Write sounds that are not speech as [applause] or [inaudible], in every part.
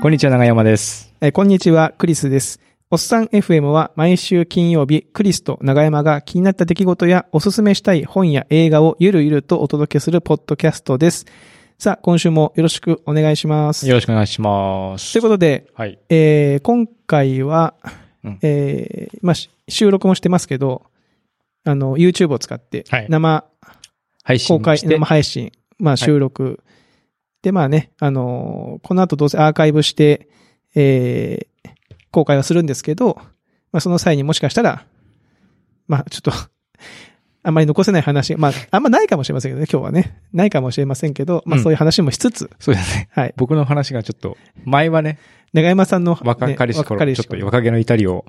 こんにちは、長山です。えーこんにちは、クリスです。おっさん FM は毎週金曜日、クリスと長山が気になった出来事やおすすめしたい本や映画をゆるゆるとお届けするポッドキャストです。さあ、今週もよろしくお願いします。よろしくお願いします。ということで、はい。えー今回はうん、えーまあ、し収録もしてますけど、あの、YouTube を使ってはい、生配信公開、して生配信、まあ収録。で、まあね、あのーこの後どうせアーカイブして、えー公開はするんですけど、まあその際にもしかしたら、まあちょっと、 [laughs] あんまり残せない話、まああんまないかもしれませんけどね、今日はね。ないかもしれませんけど、まあうんそういう話もしつつ、そうですね。はい。僕の話がちょっと、前はね、長山さんの、ね、若かりし頃、若かりちょしっと頃若気の至りを。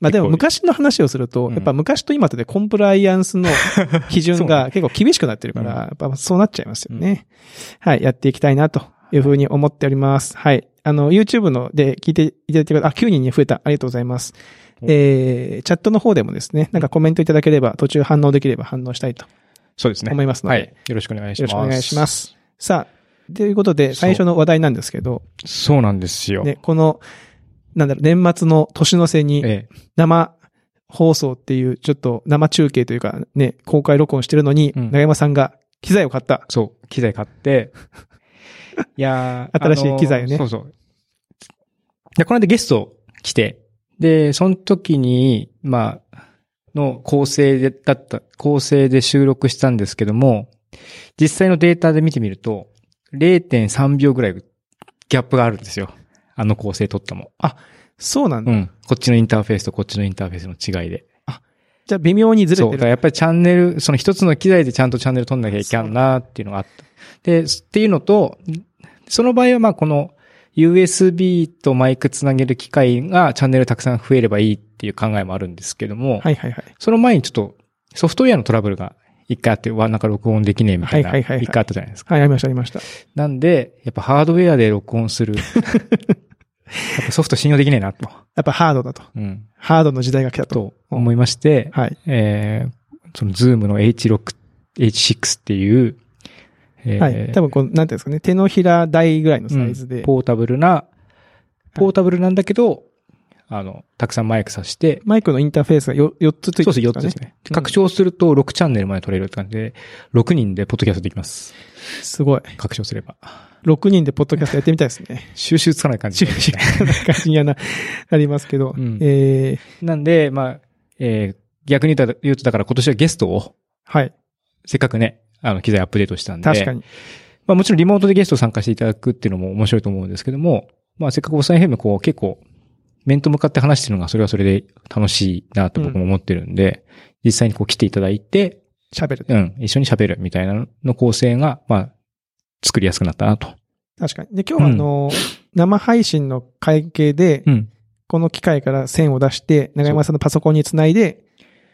まあで結も構昔の話をすると、うんやっぱ昔と今とでコンプライアン [laughs] スの基準が結構厳しくなってるから、うんやっぱそうなっちゃいますよね。はい、やっていきたいなというふうに思っております。はい。あの、YouTube ので聞いていただいてる方、あ、9人に増えた。ありがとうございます。おえー、チャットの方でもですね、なんかコメントいただければ、途中反応できれば反応したいとそうですね。思いますのはで、い。よろしくお願いしよろます。しくお願いしま。す。さあ、ということで、最初の話題なんですけど、そうなんですよ。ね、この、なんだろう、年末の年の瀬に、ええ。生放送っていう、ちょっと生中継というかね、公開録音してるのに、うん長山さんが機材を買った。そう、機材買 [laughs] って、いやー新しい機材をねあのーそうそう。で、この間ゲスト来て、で、その時に、まあ、の構成で、だった、構成で収録したんですけども、実際のデータで見てみると、0.3秒ぐらいギャップがあるんですよ。あの構成撮ったも。そうなんだ。うん。こっちのインターフェースとこっちのインターフェースの違いで。じゃあ微妙にずそう。だれてからる。やっぱりチャンネル、その一つの機材でちゃんとチャンネル取んなきゃいけんなっていうのがあった。で、っていうのと、その場合はまあこの USB とマイクつなげる機会がチャンネルたくさん増えればいいっていう考えもあるんですけども、はいはいはい。その前にちょっとソフトウェアのトラブルが一回あって、わ、なんか録音できねえみたいな、はいはいはいはい一回あったじゃないですか。はい、ありましたありました。なんで、やっぱハードウェアで録音する。や [laughs] っぱソフト信用できねえなと。やっぱハードだと。うん。ハードの時代が来たと。と思いまして、はい。えー、その、ズームの H6、H6 っていう、えーはい。多分こう、なんていうんですかね、手のひら台ぐらいのサイズうでん。ポータブルな、ポータブルなんだけど、あの、たくさんマイクさして、マイクのインターフェースが 4, つついてそうるんです、4つですかでね。すね。うん拡張すると6チャンネルまで取れるって感じで、6人でポッドキャストできます。すごい。拡張すれば。 6人でポッドキャストやってみたいです [laughs] ね。収集つかない感じ、ね。感じにはな、ありますけど。うんえ [laughs] ー、なんで、まあ、えー、逆に言うと、言うとだから今年はゲストを、はい。せっかくね、あの、機材アップデートしたんで。確かに。まあもちろんリモートでゲスト参加していただくっていうのも面白いと思うんですけども、まあせっかくおさん FM こう結構面と向かって話してるのがそれはそれで楽しいなと僕も思ってるんで、実際にこう来ていただいて、喋る。うん、一緒に喋るみたいなの構成が、まあ作りやすくなったなと。確かに。で、今日はあの、生配信の会計で、うん。この機械から線を出して、長山さんのパソコンにつないで、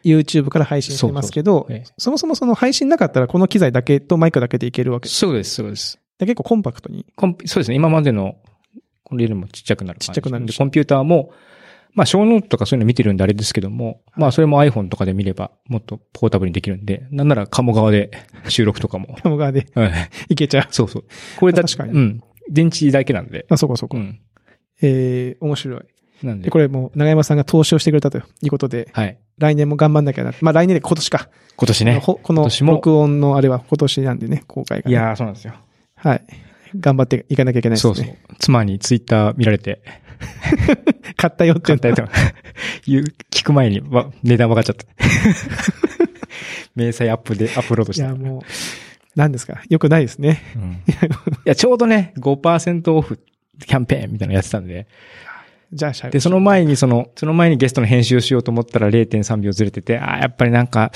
YouTube から配信してますけど、ええそもそもその配信なかったら、この機材だけとマイクだけでいけるわけです。そうです、そうです。で結構コンパクトに。コンピそうですね、今までのこれよりもちっちゃくなる感じ。ちっちゃくなる。で、コンピューターも、まあ、小ノートとかそういうの見てるんであれですけども、まあ、それも iPhone とかで見れば、もっとポータブルにできるんで、なんなら鴨川で収録とかも鴨川ではいい [laughs] けちゃう。そうそう。これだ確かにうん。電池だけなんで。あ、そこそこ。ん。えー、面白い。なんで。で、これも、長山さんが投資をしてくれたということで、はい。来年も頑張んなきゃな。まあ来年で今年か。今年ね。ほこ今の年も録音のあれは今年なんでね、公開が、いね。。やー、そうなんですよ。はい。頑張っていかなきゃいけないですそね。うそう。妻にツイッター見られて、買ったよって簡単に [laughs] 言う、聞く前にわ、値段分かっちゃった。 [laughs] 明細アップで、アップロードいした。や、もう、何ですか。よくないですね。うんいや、ちょうどね、5%オフキャンペーンみたいなのやってたんで。じゃあ、しゃべで、その前にその、その前にゲストの編集をしようと思ったら0.3秒ずれてて、ああ、やっぱりなんか、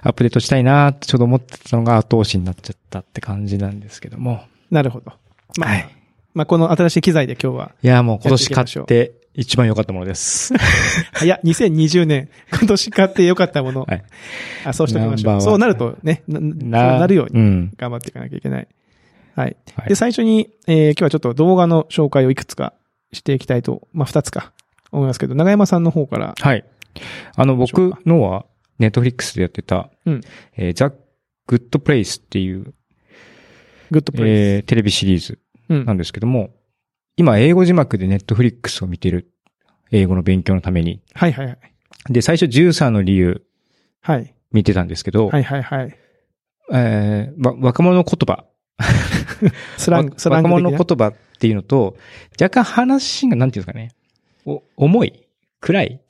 アップデートしたいなーってちょうど思ってたのが後押しになっちゃったって感じなんですけども。なるほど。まあ、はい。まあ、この新しい機材で今日は、いや、もう今年や買っていきましって一番ょう良かったもの [laughs] です。いや、2020年、 [laughs] 今年買って良かったもの、はいあそうしておきましナンバーワンょう。そうなるとね、なそうなるようにうん。頑張っていかなきゃいけない。はい。はいで、最初に、えー今日はちょっと動画の紹介をいくつかしていきたいと、まあ、2つか思いますけど、長山さんの方から、はい。あの、どう僕でしょのは、ネットフリックスでやってた、うんえー、ザ・グッド・プレイスっていう、グッドプレイス。えー、テレビシリーズうなんん。ですけども、今、英語字幕でネットフリックスを見てる。英語の勉強のために。はいはいはい。で、最初13の理由はい。見てたんですけど、はいはいはい。えーわ若者言葉。スラングわ、スラング若者的な。言葉っていうのと、若干話が、なんていうんですかね。お、重い暗い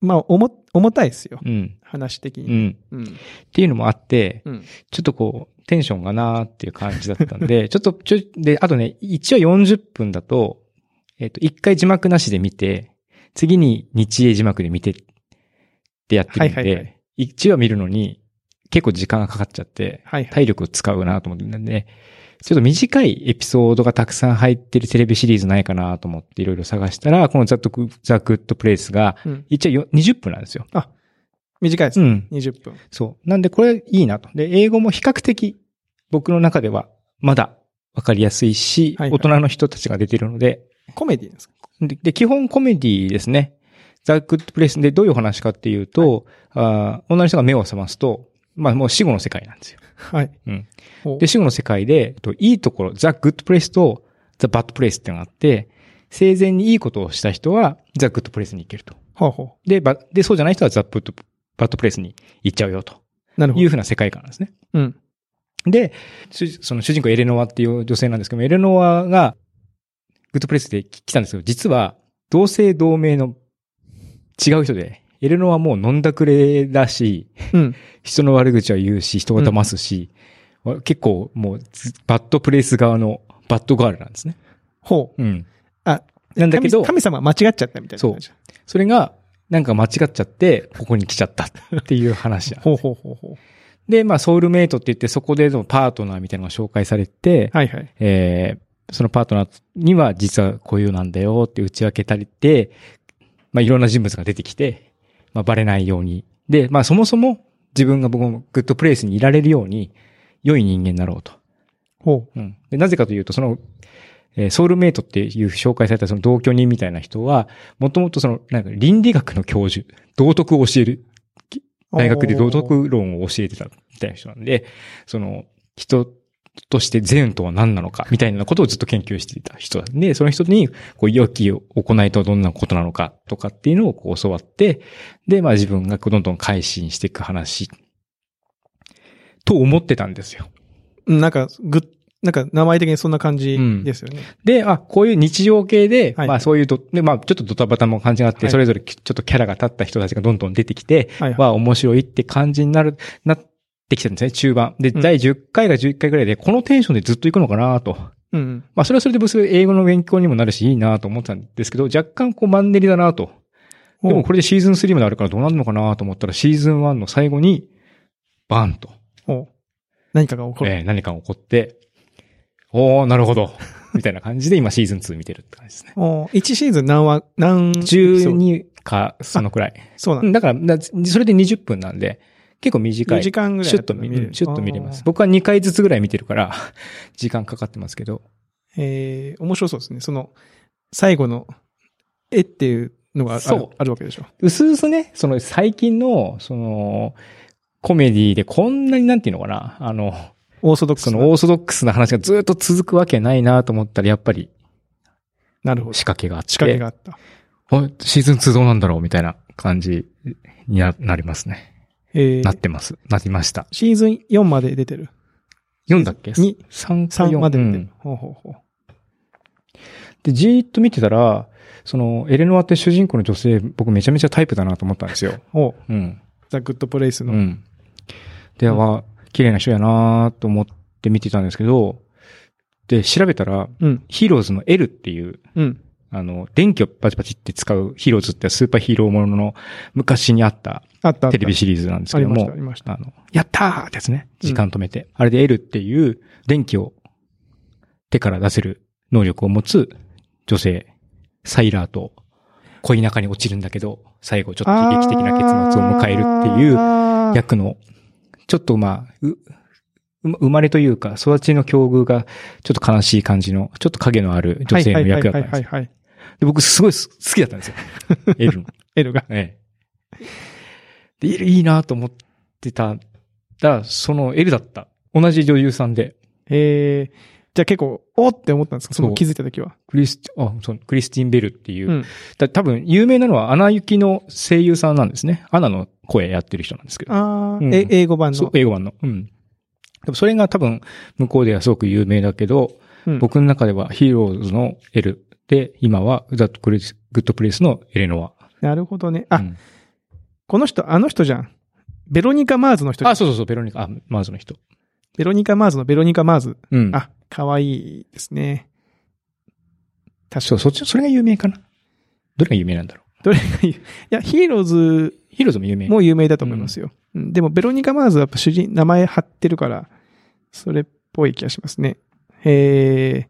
まあ、重、重たいですよ。うん。話的うに。ん。うん。っていうのもあって、うん。ちょっとこう、テンションがなーっていう感じだったん [laughs] で、ちょっと、ちょ、で、あとね、一応40分だと、えっ、と、一回字幕なしで見て、次に日英字幕で見てってやってるんで、はいはいはい一話見るのに結構時間がかかっちゃって、はいはい。体力を使うなと思ってんで、ちょっと短いエピソードがたくさん入ってるテレビシリーズないかなと思っていろいろ探したら、このザ・トクザ・グッド・プレイスが、うん。一応よ20分なんですよ。短いですうね。ん。 20分。そう。なんでこれいいなと。で、英語も比較的僕の中ではまだわかりやすいし、はいは大い人の人たちが出てるのでコメディですかで、で基本コメディですね。ザ・グッド・プレイスでどういうお話かっていうと、あー女の人が目を覚ますと、まあもう死後の世界なんですよ。はい。うんお。で、死後の世界で、えっといいところ、ザ・グッド・プレイスとザ・バッド・プレイスっていうのがあって、生前にいいことをした人はザ・グッド・プレイスに行けると。ほうほで、ばで、そうじゃない人はザ・グッド・バッド・プレイスに行っちゃうよとう。なるほいどう。ふうな世界観なんですね。うん。で、主その主人公エレノアっていう女性なんですけども、エレノアがグッドプレスで来たんですけど、実は同姓同名の違う人で、エレノアはもう飲んだくれだし、うん。人の悪口は言うし、人を騙すし、わ結構もうずバッドプレイス側のバッドガールなんですね。ほう。うん。あ、 [laughs] なんだけど神、神様間違っちゃったみたいな感じ。それがなんか間違っちゃって、ここに来ちゃったっていう話なんですほうほうほうほう。で、まあソウルメイトって言ってそこでのパートナーみたいなのが紹介されて、はいはい。えーそのパートナーには実はこういうなんだよって打ち明けたりで、まあ、いろんな人物が出てきて、まあ、バレないように。で、まあ、そもそも自分が僕もグッドプレイスにいられるように良い人間になろうと。ほうん。で、なぜかというと、その、えーソウルメイトっていう紹介されたその同居人みたいな人は、もともとその、なんか倫理学の教授、道徳を教えるう。大学で道おー。徳論を教えてたみたいな人なんで、その、人として善とは何なのか、みたいなことをずっと研究していた人なんで、その人に、こう、良き行いとはどんなことなのか、とかっていうのをこう教わって、で、まあ自分がこうどんどん改心していく話、と思ってたんですよ。うんなんか、ぐっ、なんか名前的にそんな感じですよね。で、あ、こういう日常系で、はいまあそういうど、でまあちょっとドタバタも感じがあって、はいそれぞれきちょっとキャラが立った人たちがどんどん出てきて、はいはい。は面白いって感じになる、なってきてるんですね、中盤。で、うん第10回が11回ぐらいで、このテンションでずっと行くのかなと。うん。まあ、それはそれで僕、英語の勉強にもなるし、いいなと思ってたんですけど、若干こうマンネリだなと。でもこれでシーズン3まであるからどうなるのかなと思ったら、シーズン1の最後に、バーンと、ほうほう何かが起こる。えー何かが起こって、おー、なるほど。みたいな感じで今シーズン2見てるって感じですね。おー一シーズン何話、何エピソード12か、そのくらい。そうなんうんだから、だそれで20分なんで、結構短4い時。間ぐらいシュだッたとら見見れれる。る。シュッと見れます。あー。僕は2回ずつぐらい見てるから、 [laughs] 時間かかってますけど。えー、面白そうですね。その、最後の、絵っていうのがああそるうあるわけでしょ。うすうすね、その最近の、その、コメディでこんなになんていうのかな、あの、オーソドックスそな。のオーソドックスな話がずっと続くわけないなと思ったら、やっぱりなるほど。仕仕掛けがあって。掛けがあった。あシーズン2どうなんだろうみたいな感じにななりますね。えーなってます。なりました。シーズン4まで出てる。 4だっけに ?3 か3 4までう出てるん。ほうほうほう。で、じーっと見てたら、その、エレノアって主人公の女性、僕めちゃめちゃタイプだなと思ったんですよ。ほう。うん。ザ・グッド・プレイスうの。ん。で、うんは、綺麗な人やなと思って見てたんですけど、で、調べたら、うん。ヒーローズの L っていう、うん。あの、電気をパチパチって使うヒーローズってスーパーヒーローものの昔にあったあったあった。テレビシリーズなんですあけどりました、もあり、ました。あの、やったーってやつね。時間止めて。あれで L っていう電気を手から出せる能力を持つ女性、サイラーと恋仲に落ちるんだけど、最後ちょっと悲劇的な結末を迎えるっていうあー役の、ちょっとまあ、う、う生まれというか、育ちの境遇が、ちょっと悲しい感じの、ちょっと影のある女性の役だったんではすいはいはいよ。はいはい。で僕、すごいす好きだったん [laughs] ですよ。エルの。 L が。ええ。で、エルいいなと思ってたら、そのエルだった。同じ女優さんで。えー、じゃあ結構、おーって思ったんですかその気づいた時は。クリス、あ、そう、クリスティン・ベルっていうう。ん。だ多分、有名なのはアナ雪の声優さんなんですね。アナの声やってる人なんですけど。ああ、うんえ英語版そうの、。英語版の。うん。でもそれが多分、向こうではすごく有名だけど、うん、僕の中ではヒーローズの L で、今はザ・グレグッドプレイスのエレノなるほどね。ア。あ、うんこの人、あの人じゃん。ベロニカ・マーズの人じゃんあ、そうそうそう、ベロニカ、あ、マーズの人。ベロニカ・マーズのベロニカ・マーズ。うん。あ、かわいいですね。確そかう、そっち、それが有名かな。どれが有名なんだろう。どれがいいいや、ヒーローズヒーローズも有名。も有名だと思いますよ。うんでも、ベロニカ・マーズはやっぱ主人、名前貼ってるから、それっぽい気がしますね。へえ。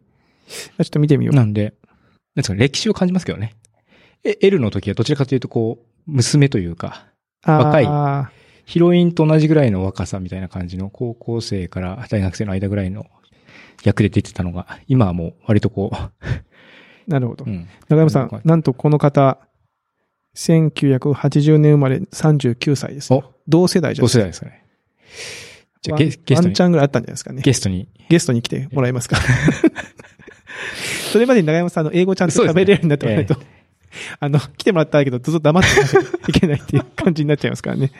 ちょっと見てみよう。なんで、なんですか、歴史を感じますけどね。え、L の時はどちらかというと、こう、娘というか、若いあヒロインと同じぐらいの若さみたいな感じの、高校生から大学生の間ぐらいの役で出てたのが、今はもう割とこーなるほどう、う。ん。中山さなんん、かなんとこの方、1980年生まれ39歳です。お、同世代じ同ゃない世代ですかね。じゃあゲゲワスントワンにチ、ャンぐらいあったんじゃないですかね。ゲストに。ゲストに来てもらえますか [laughs] それまでに長山さん、あの、英語ちゃんとそうですね喋れるようになってもらわないと、 [laughs] あの、来てもらったけど、ずっと黙ってなきゃいけないっていう感じになっちゃいますからね。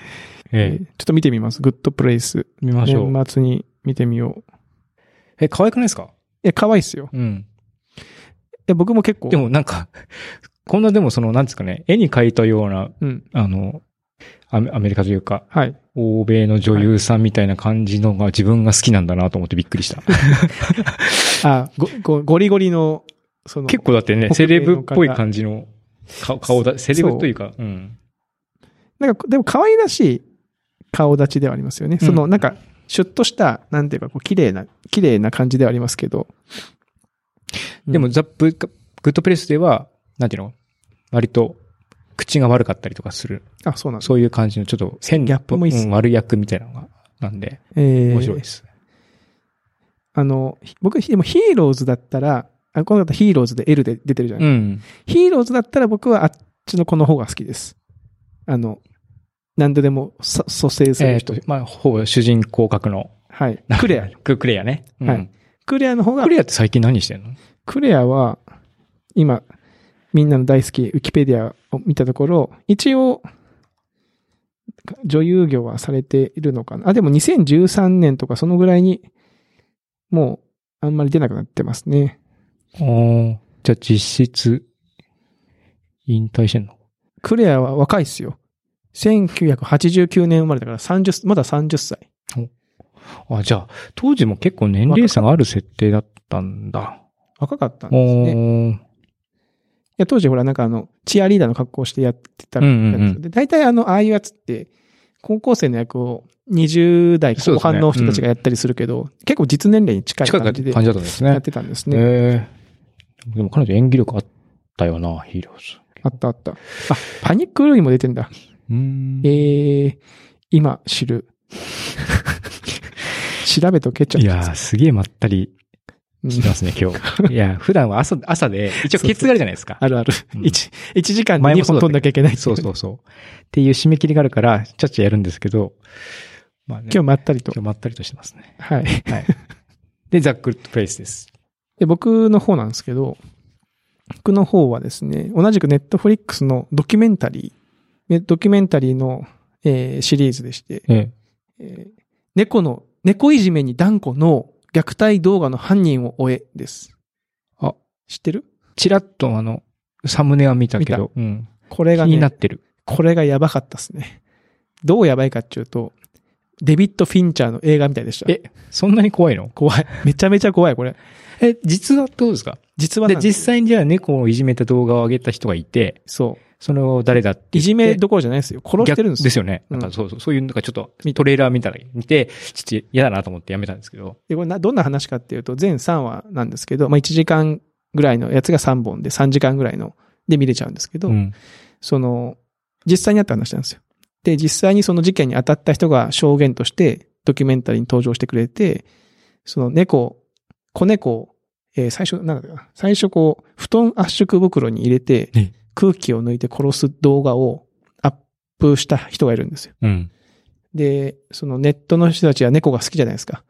ええちょっと見てみます。グッドプレイス。見ましょう。年末に見てみよう。え、可愛くないですかえ、可愛いっすよ。うん。え、僕も結構。でもなんか、こんなでもその、なんですかね、絵に描いたような、うん。あの、アメアメリカというか、はい。欧米の女優さんみたいな感じのが自分が好きなんだなと思ってびっくり [laughs] した。あ、ご、ご、ゴリゴリの、その、結構だってね、北セ米レのブっぽい方感じの顔顔だ、セレブというか、うん。なんか、でも可愛らしい顔立ちではありますよね。うんその、なんか、シュッとした、なんていうか、こう、綺麗な、綺麗な感じではありますけど。うんでも、ザ・ブグッドプレスでは、なんていうの割と、口が悪かったりとかする。あ、そうなんです。そういう感じの、ちょっと、変ギャップもいいっすねうん悪役みたいなのが、なんで、えー面白いです。あの、ひ僕、でもヒーローズだったら、あ、この方ヒーローズで L で出てるじゃない、うん。ヒーローズだったら僕はあっちのこの方が好きです。あの、何度でもそ蘇生すえるっ人。と、まあ、ほぼ主人公格の。はい。クレア。 [laughs] ククレアね。うんはいクレアの方がク、レアって最近何してんのクレアは、今、みんなの大好き、ウィキペディアを見たところ、一応、女優業はされているのかな。あ、でも2013年とかそのぐらいに、もう、あんまり出なくなってますね。おーじゃあ実質、引退してんのクレアは若いっすよ。1989年生まれだから30、まだ30歳。あ、じゃあ、当時も結構年齢差がある設定だったんだ。若かったんおですね。いーや、当時ほら、なんかあの、チアリーダーの格好をしてやってたうんでうんうんで、大体あの、ああいうやつって、高校生の役を20代後半の人たちがやったりするけど、結構実年齢に近い近く感感じじでだったんですやっね。てたんですね。えーでも彼女演技力あったよな、ヒーローズ。あったあった。あ、パニックルーイも出てんだ。うーんえー、今知る。 [laughs] 調べとけちゃっいたやー、すげえまったりうんしてますね、今 [laughs] 日。いやー、普段は朝、朝で、一応ケツがあるじゃないですか。あるある。うん一一時間に前2もそ本うだ飛ったけどんなきゃいけないっていそうそうそう。っていう締め切りがあるから、ちゃっちゃやるんですけど、まあね、今日まったりと今。日まったりとしてますね。はい。はい。で、ザックプレイスです。で、僕の方なんですけど、僕の方はですね、同じくネットフリックスのドキュメンタリー、ねドキュメンタリーの、えーシリーズでして、ええー猫の、猫いじめに断固の虐待動画の犯人を追えです。あ、知ってるちらっとあの、サムネは見たけど、うん。これ気がになねっ、てる。これがやばかったですね。どうやばいかっていうと、デビッド・フィンチャーの映画みたいでした。え、そんなに怖いの怖い。めちゃめちゃ怖い、これ。え、実はどうですか実はで、なん実際にじゃあ猫をいじめた動画を上げた人がいて、そう。それを誰だって言って。いじめどころじゃないですよ。殺してるんで逆すよ。ですよね。うなんんかそうそう、そういうなんかちょっと、トレーラー見たら、見て、ちょっと嫌だなと思ってやめたんですけど。で、これな、どんな話かっていうと、全3話なんですけど、まあ1時間ぐらいのやつが3本で、3時間ぐらいので見れちゃうんですけど、ん。その、実際にあった話なんですよ。で、実際にその事件に当たった人が証言として、ドキュメンタリーに登場してくれて、その猫、子猫を、えー最初、なんだかな、最初こう、布団圧縮袋に入れてええ、空気を抜いて殺す動画をアップした人がいるんですよ。うん。で、そのネットの人たちは猫が好きじゃないですか。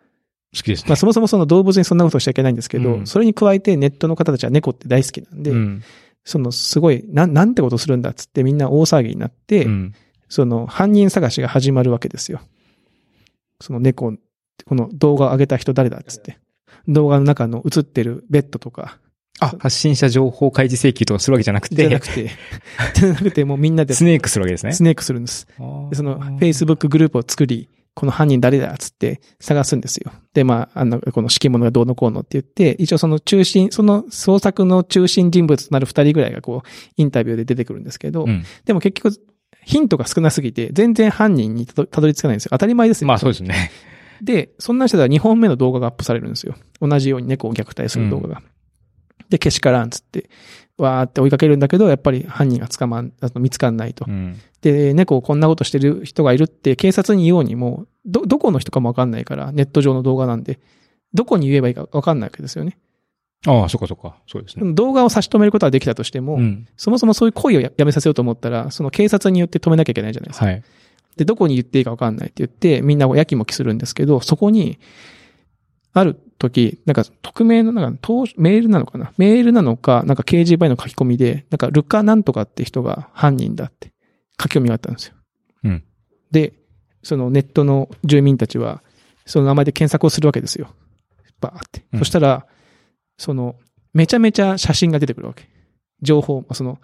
好きですね。まあそもそもその動物にそんなことしちゃいけないんですけど、うんそれに加えてネットの方たちは猫って大好きなんで、うん。そのすごい、なん、なんてことするんだっつってみんな大騒ぎになって、うん。その犯人探しが始まるわけですよ。その猫、この動画を上げた人誰だっつって。動画の中の映ってるベッドとか、あ、発信者情報開示請求とかするわけじゃなくて、じゃな [laughs] くて、じゃなくてもうみんなでスネークするわけですね。スネークするんです。でその、Facebook グループを作り、この犯人誰だっつって探すんですよ。で、まあ、あの、この敷物がどうのこうのって言って、一応その中心、その捜索の中心人物となる二人ぐらいがこう、インタビューで出てくるんですけど、うん。でも結局、ヒントが少なすぎて、全然犯人にたどたどり着かないんですよ。当たり前ですよ。まあそうですね。で、そんな人では2本目の動画がアップされるんですよ。同じように猫を虐待する動画が。で、けしからんっつって、わーって追いかけるんだけど、やっぱり犯人が捕まん、あの見つかんないとう。ん。で、猫をこんなことしてる人がいるって警察に言おうにも、ど、どこの人かもわかんないから、ネット上の動画なんで、どこに言えばいいかわかんないわけですよね。ああ、そっかそっか。そうですでね。も動画を差し止めることはできたとしても、うん。そもそもそういう行為をややめさせようと思ったら、その警察によって止めなきゃいけないじゃないですか。はい。で、どこに言っていいかわかんないって言って、みんなやきもきするんですけど、そこに、ある時、なんか、匿名の、なんか、投メールなのかなメールなのか、なんか掲示板への書き込みで、なんか、ルカなんとかって人が犯人だって書き込みがあったんですよ。うんで、そのネットの住民たちは、その名前で検索をするわけですよ。バーってう。んそしたら、その、めちゃめちゃ写真が出てくるわけ。情報、その、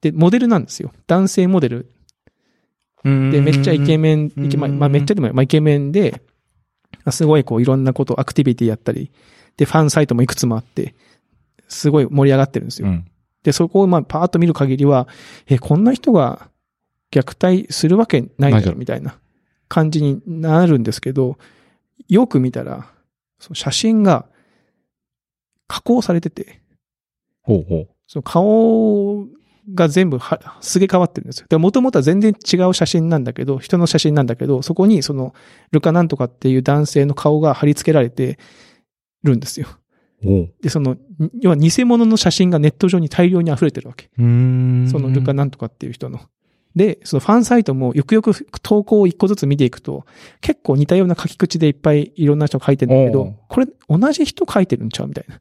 で、モデルなんですよ。男性モデルで、でめっちゃイケン。メン、イケまあ、まあめっちゃでもない、まあ、イケメンで、あすごいこういろんなこと、アクティビティやったり、で、ファンサイトもいくつもあって、すごい盛り上がってるんですよ。うん。で、そこをまあパーッと見る限りは、え、こんな人が虐待するわけないないだだろ、ろみたいな感じになるんですけど、よく見たら、その写真が加工されてて、ほうほう。その顔が全部は、すげ変わってるんですよ。で、もともとは全然違う写真なんだけど、人の写真なんだけど、そこにその、ルカなんとかっていう男性の顔が貼り付けられてるんですよ。おう。で、その、に要は偽物の写真がネット上に大量に溢れてるわけ。うーんそのルカなんとかっていう人の。で、そのファンサイトもよくよく投稿を一個ずつ見ていくと、結構似たような書き口でいっぱいいろんな人が書いてるんだけおうど、これ同じ人書いてるんちゃうみたいな。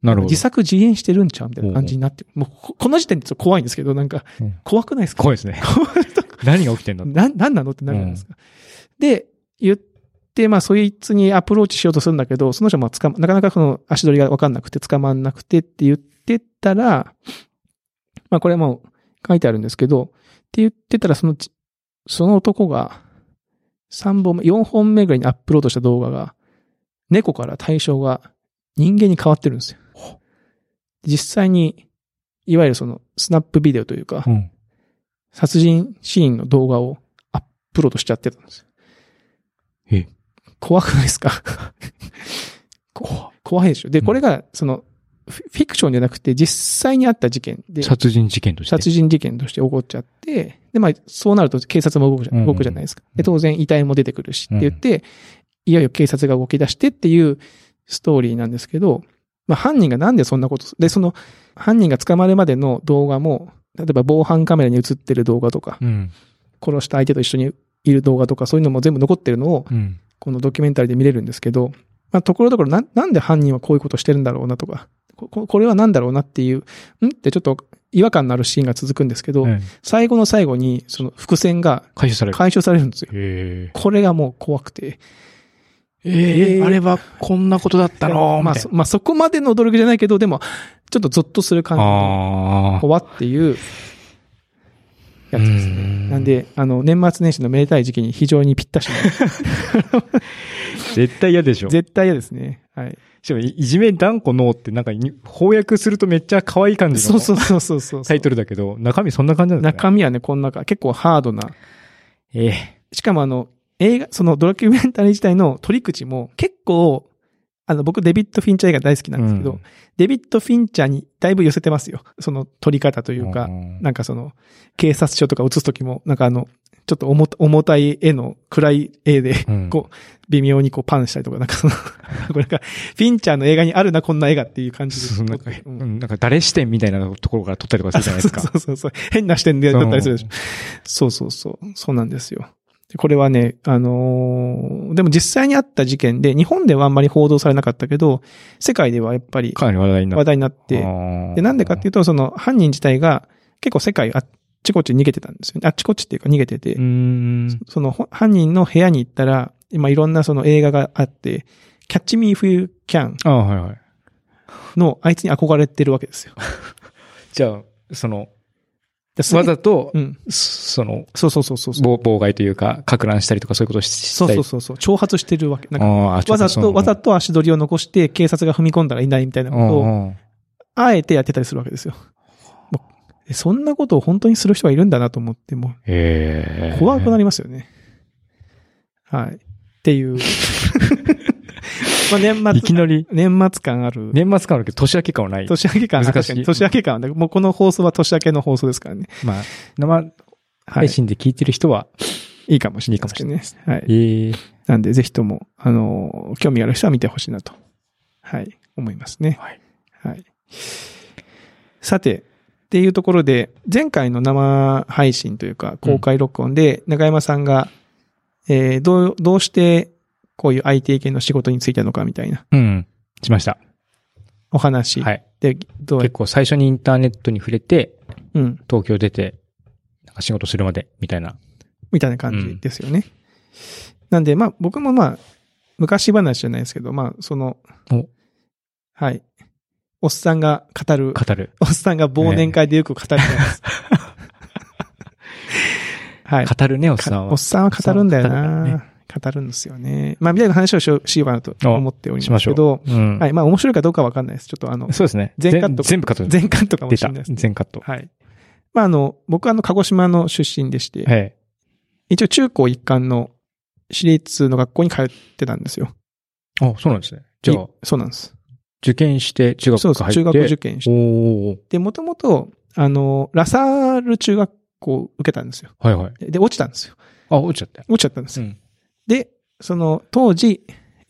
なるほど自。作自演してるんちゃうみたいな感じになってる。もうこ、 [laughs] この時点でちょっと怖いんですけど、なんかうん、怖くないですか、怖いです [laughs] ね。何が起きてんだって。な、なんなのってなるじゃないですか。で、言って、まあ、そいつにアプローチしようとするんだけど、その人はまあ、つかま、なかなかその足取りがわかんなくて、捕まんなくてって言ってたら、まあ、これはもう書いてあるんですけど、って言ってたら、そのち、その男が、3本目、4本目ぐらいにアップロードした動画が、猫から対象が人間に変わってるんですよ。実際に、いわゆるその、スナップビデオというか、うん。殺人シーンの動画をアップロードしちゃってたんですよ。え怖くないですか [laughs] こ怖いでしょ。で、うんこれが、その、フィフィクションじゃなくて、実際にあった事件で、殺人事件として。殺人事件として起こっちゃって、で、まあ、そうなると警察も動くじゃ,、うんうん動くじゃないですか。で、当然遺体も出てくるしって言って、いよいよ警察が動き出してっていうストーリーなんですけど、まあ、犯人がなんでそんなことす、で、その、犯人が捕まるまでの動画も、例えば防犯カメラに映ってる動画とか、うん。殺した相手と一緒にいる動画とか、そういうのも全部残ってるのを、うん。このドキュメンタリーで見れるんですけど、まあ、ところどころな、なんで犯人はこういうことしてるんだろうなとか、こここれはなんだろうなっていう、んってちょっと違和感のあるシーンが続くんですけど、うん最後の最後に、その伏線が回収される。回収されるんですよ。へこれがもう怖くて。ええーあれはこんなことだったのまあ、そまあ、そこまでの驚きじゃないけど、でも、ちょっとゾッとする感じあで、怖っていう、やつですうね。んなんで、あの、年末年始のめでたい時期に非常にぴったしなあ。絶対嫌でしょ。し [laughs] 絶対嫌ですね。はい。かも、いいじめ断固のってなんかに、翻訳するとめっちゃ可愛い感じそのうそうそうそうそう。タイトルだけど、中身そんな感じなんですね。中身はね、こんなか、結構ハードな。ええ。しかもあの、映画、そのドキュメンタリー自体の取り口も結構、あの、僕デビッド・フィンチャー映画大好きなんですけど、うんデビッド・フィンチャーにだいぶ寄せてますよ。その撮り方というか、んなんかその、警察署とか映すときも、なんかあの、ちょっと重た重たい絵の暗い絵で、 [laughs] うんこう、微妙にこうパンしたりとか、なんかその、 [laughs] これが、フィンチャーの映画にあるな、こんな映画っていう感じでそうなんか、ううんんなんか誰視点みたいなところから撮 [laughs] ったりとかするじゃないですか。そうそうそうそう。変な視点でやったりするでしうょ。そうそうそう。そうなんですよ。でこれはね、あのーでも実際にあった事件で、日本ではあんまり報道されなかったけど、世界ではやっぱりかなり話題にな話っ。題になってて、で、なんでかっていうと、その犯人自体が結構世界あっちこっち逃げてたんですよね。あっちこっちっていうか逃げてて、うーん。そのほ犯人の部屋に行ったら、今いろんなその映画があって、キャッチミーフューキャンああ、はいはい。のあいつに憧れてるわけで [laughs] すよ。じゃあ、その、でそわれざと、うん。その、そうそうそうそうそう。妨妨害というか、か乱したりとかそういうことをししそたうりそうそうそう。挑発してるわけ。なんかああちょわっざそのと、わざと足取りを残して警察が踏み込んだらいないみたいなこうとを、んうんあえてやってたりするわけですよ。もうえそんなことを本当にする人がいるんだなと思って、もへう怖くなる。りますよね。はい。って [laughs] いう。いまあ年き末、なり、年末感ある。年末感あるけど、年明け感はない。年明け感、難しい確かに年明け感はね、もうこの放送は年明けの放送ですからね。まあ、生は配い。信で聞いてる人は、いいかもしれないですいいかもしれないねで。はい。ええなんで、ぜひとも、あのー興味ある人は見てほしいなと。はい。思いますね。はい。はい。さて、っていうところで、前回の生配信というか、公開録音で、中山さんが、えーどう、どうして、こういう IT 系の仕事についたのかみたいなうん。しました。お話はい。で、どうや結構最初にインターネットに触れて、うん、東京出て、なんか仕事するまで、みたいな。みたいな感じですよね。なんで、まあ、僕もまあ、昔話じゃないですけど、まあ、そのお、はい。おっさんが語る、語る。おっさんが忘年会でよく語るじゃないですか。はい。語るね、おっさかんおはっ。さんは語るんだよおっさんは語るんだな。語るんですよね。まあ、みたいな話をしようしようかなと思っておりますけど、うん。はい。まあ、面白いかどうかはわかんないです。ちょっとあの、そうですね。全カッ [laughs] 全全部カトットです。全巻とかも出しれたないです。。全カット。はい。まあ、あの、僕はあの、鹿児島の出身でして、え一応中高一貫の私立の学校に通ってたんですよ。え。あ、そうなんですね。じゃあい、そうなんです。受験して、中学そう入っそて。う、中学受験して。おー。で、もともと、あの、ラサール中学校を受けたんですよ。はいはい。で、落ちたんですよ。あ、落ちちゃった。落ちちゃったんですようん。で、その当時、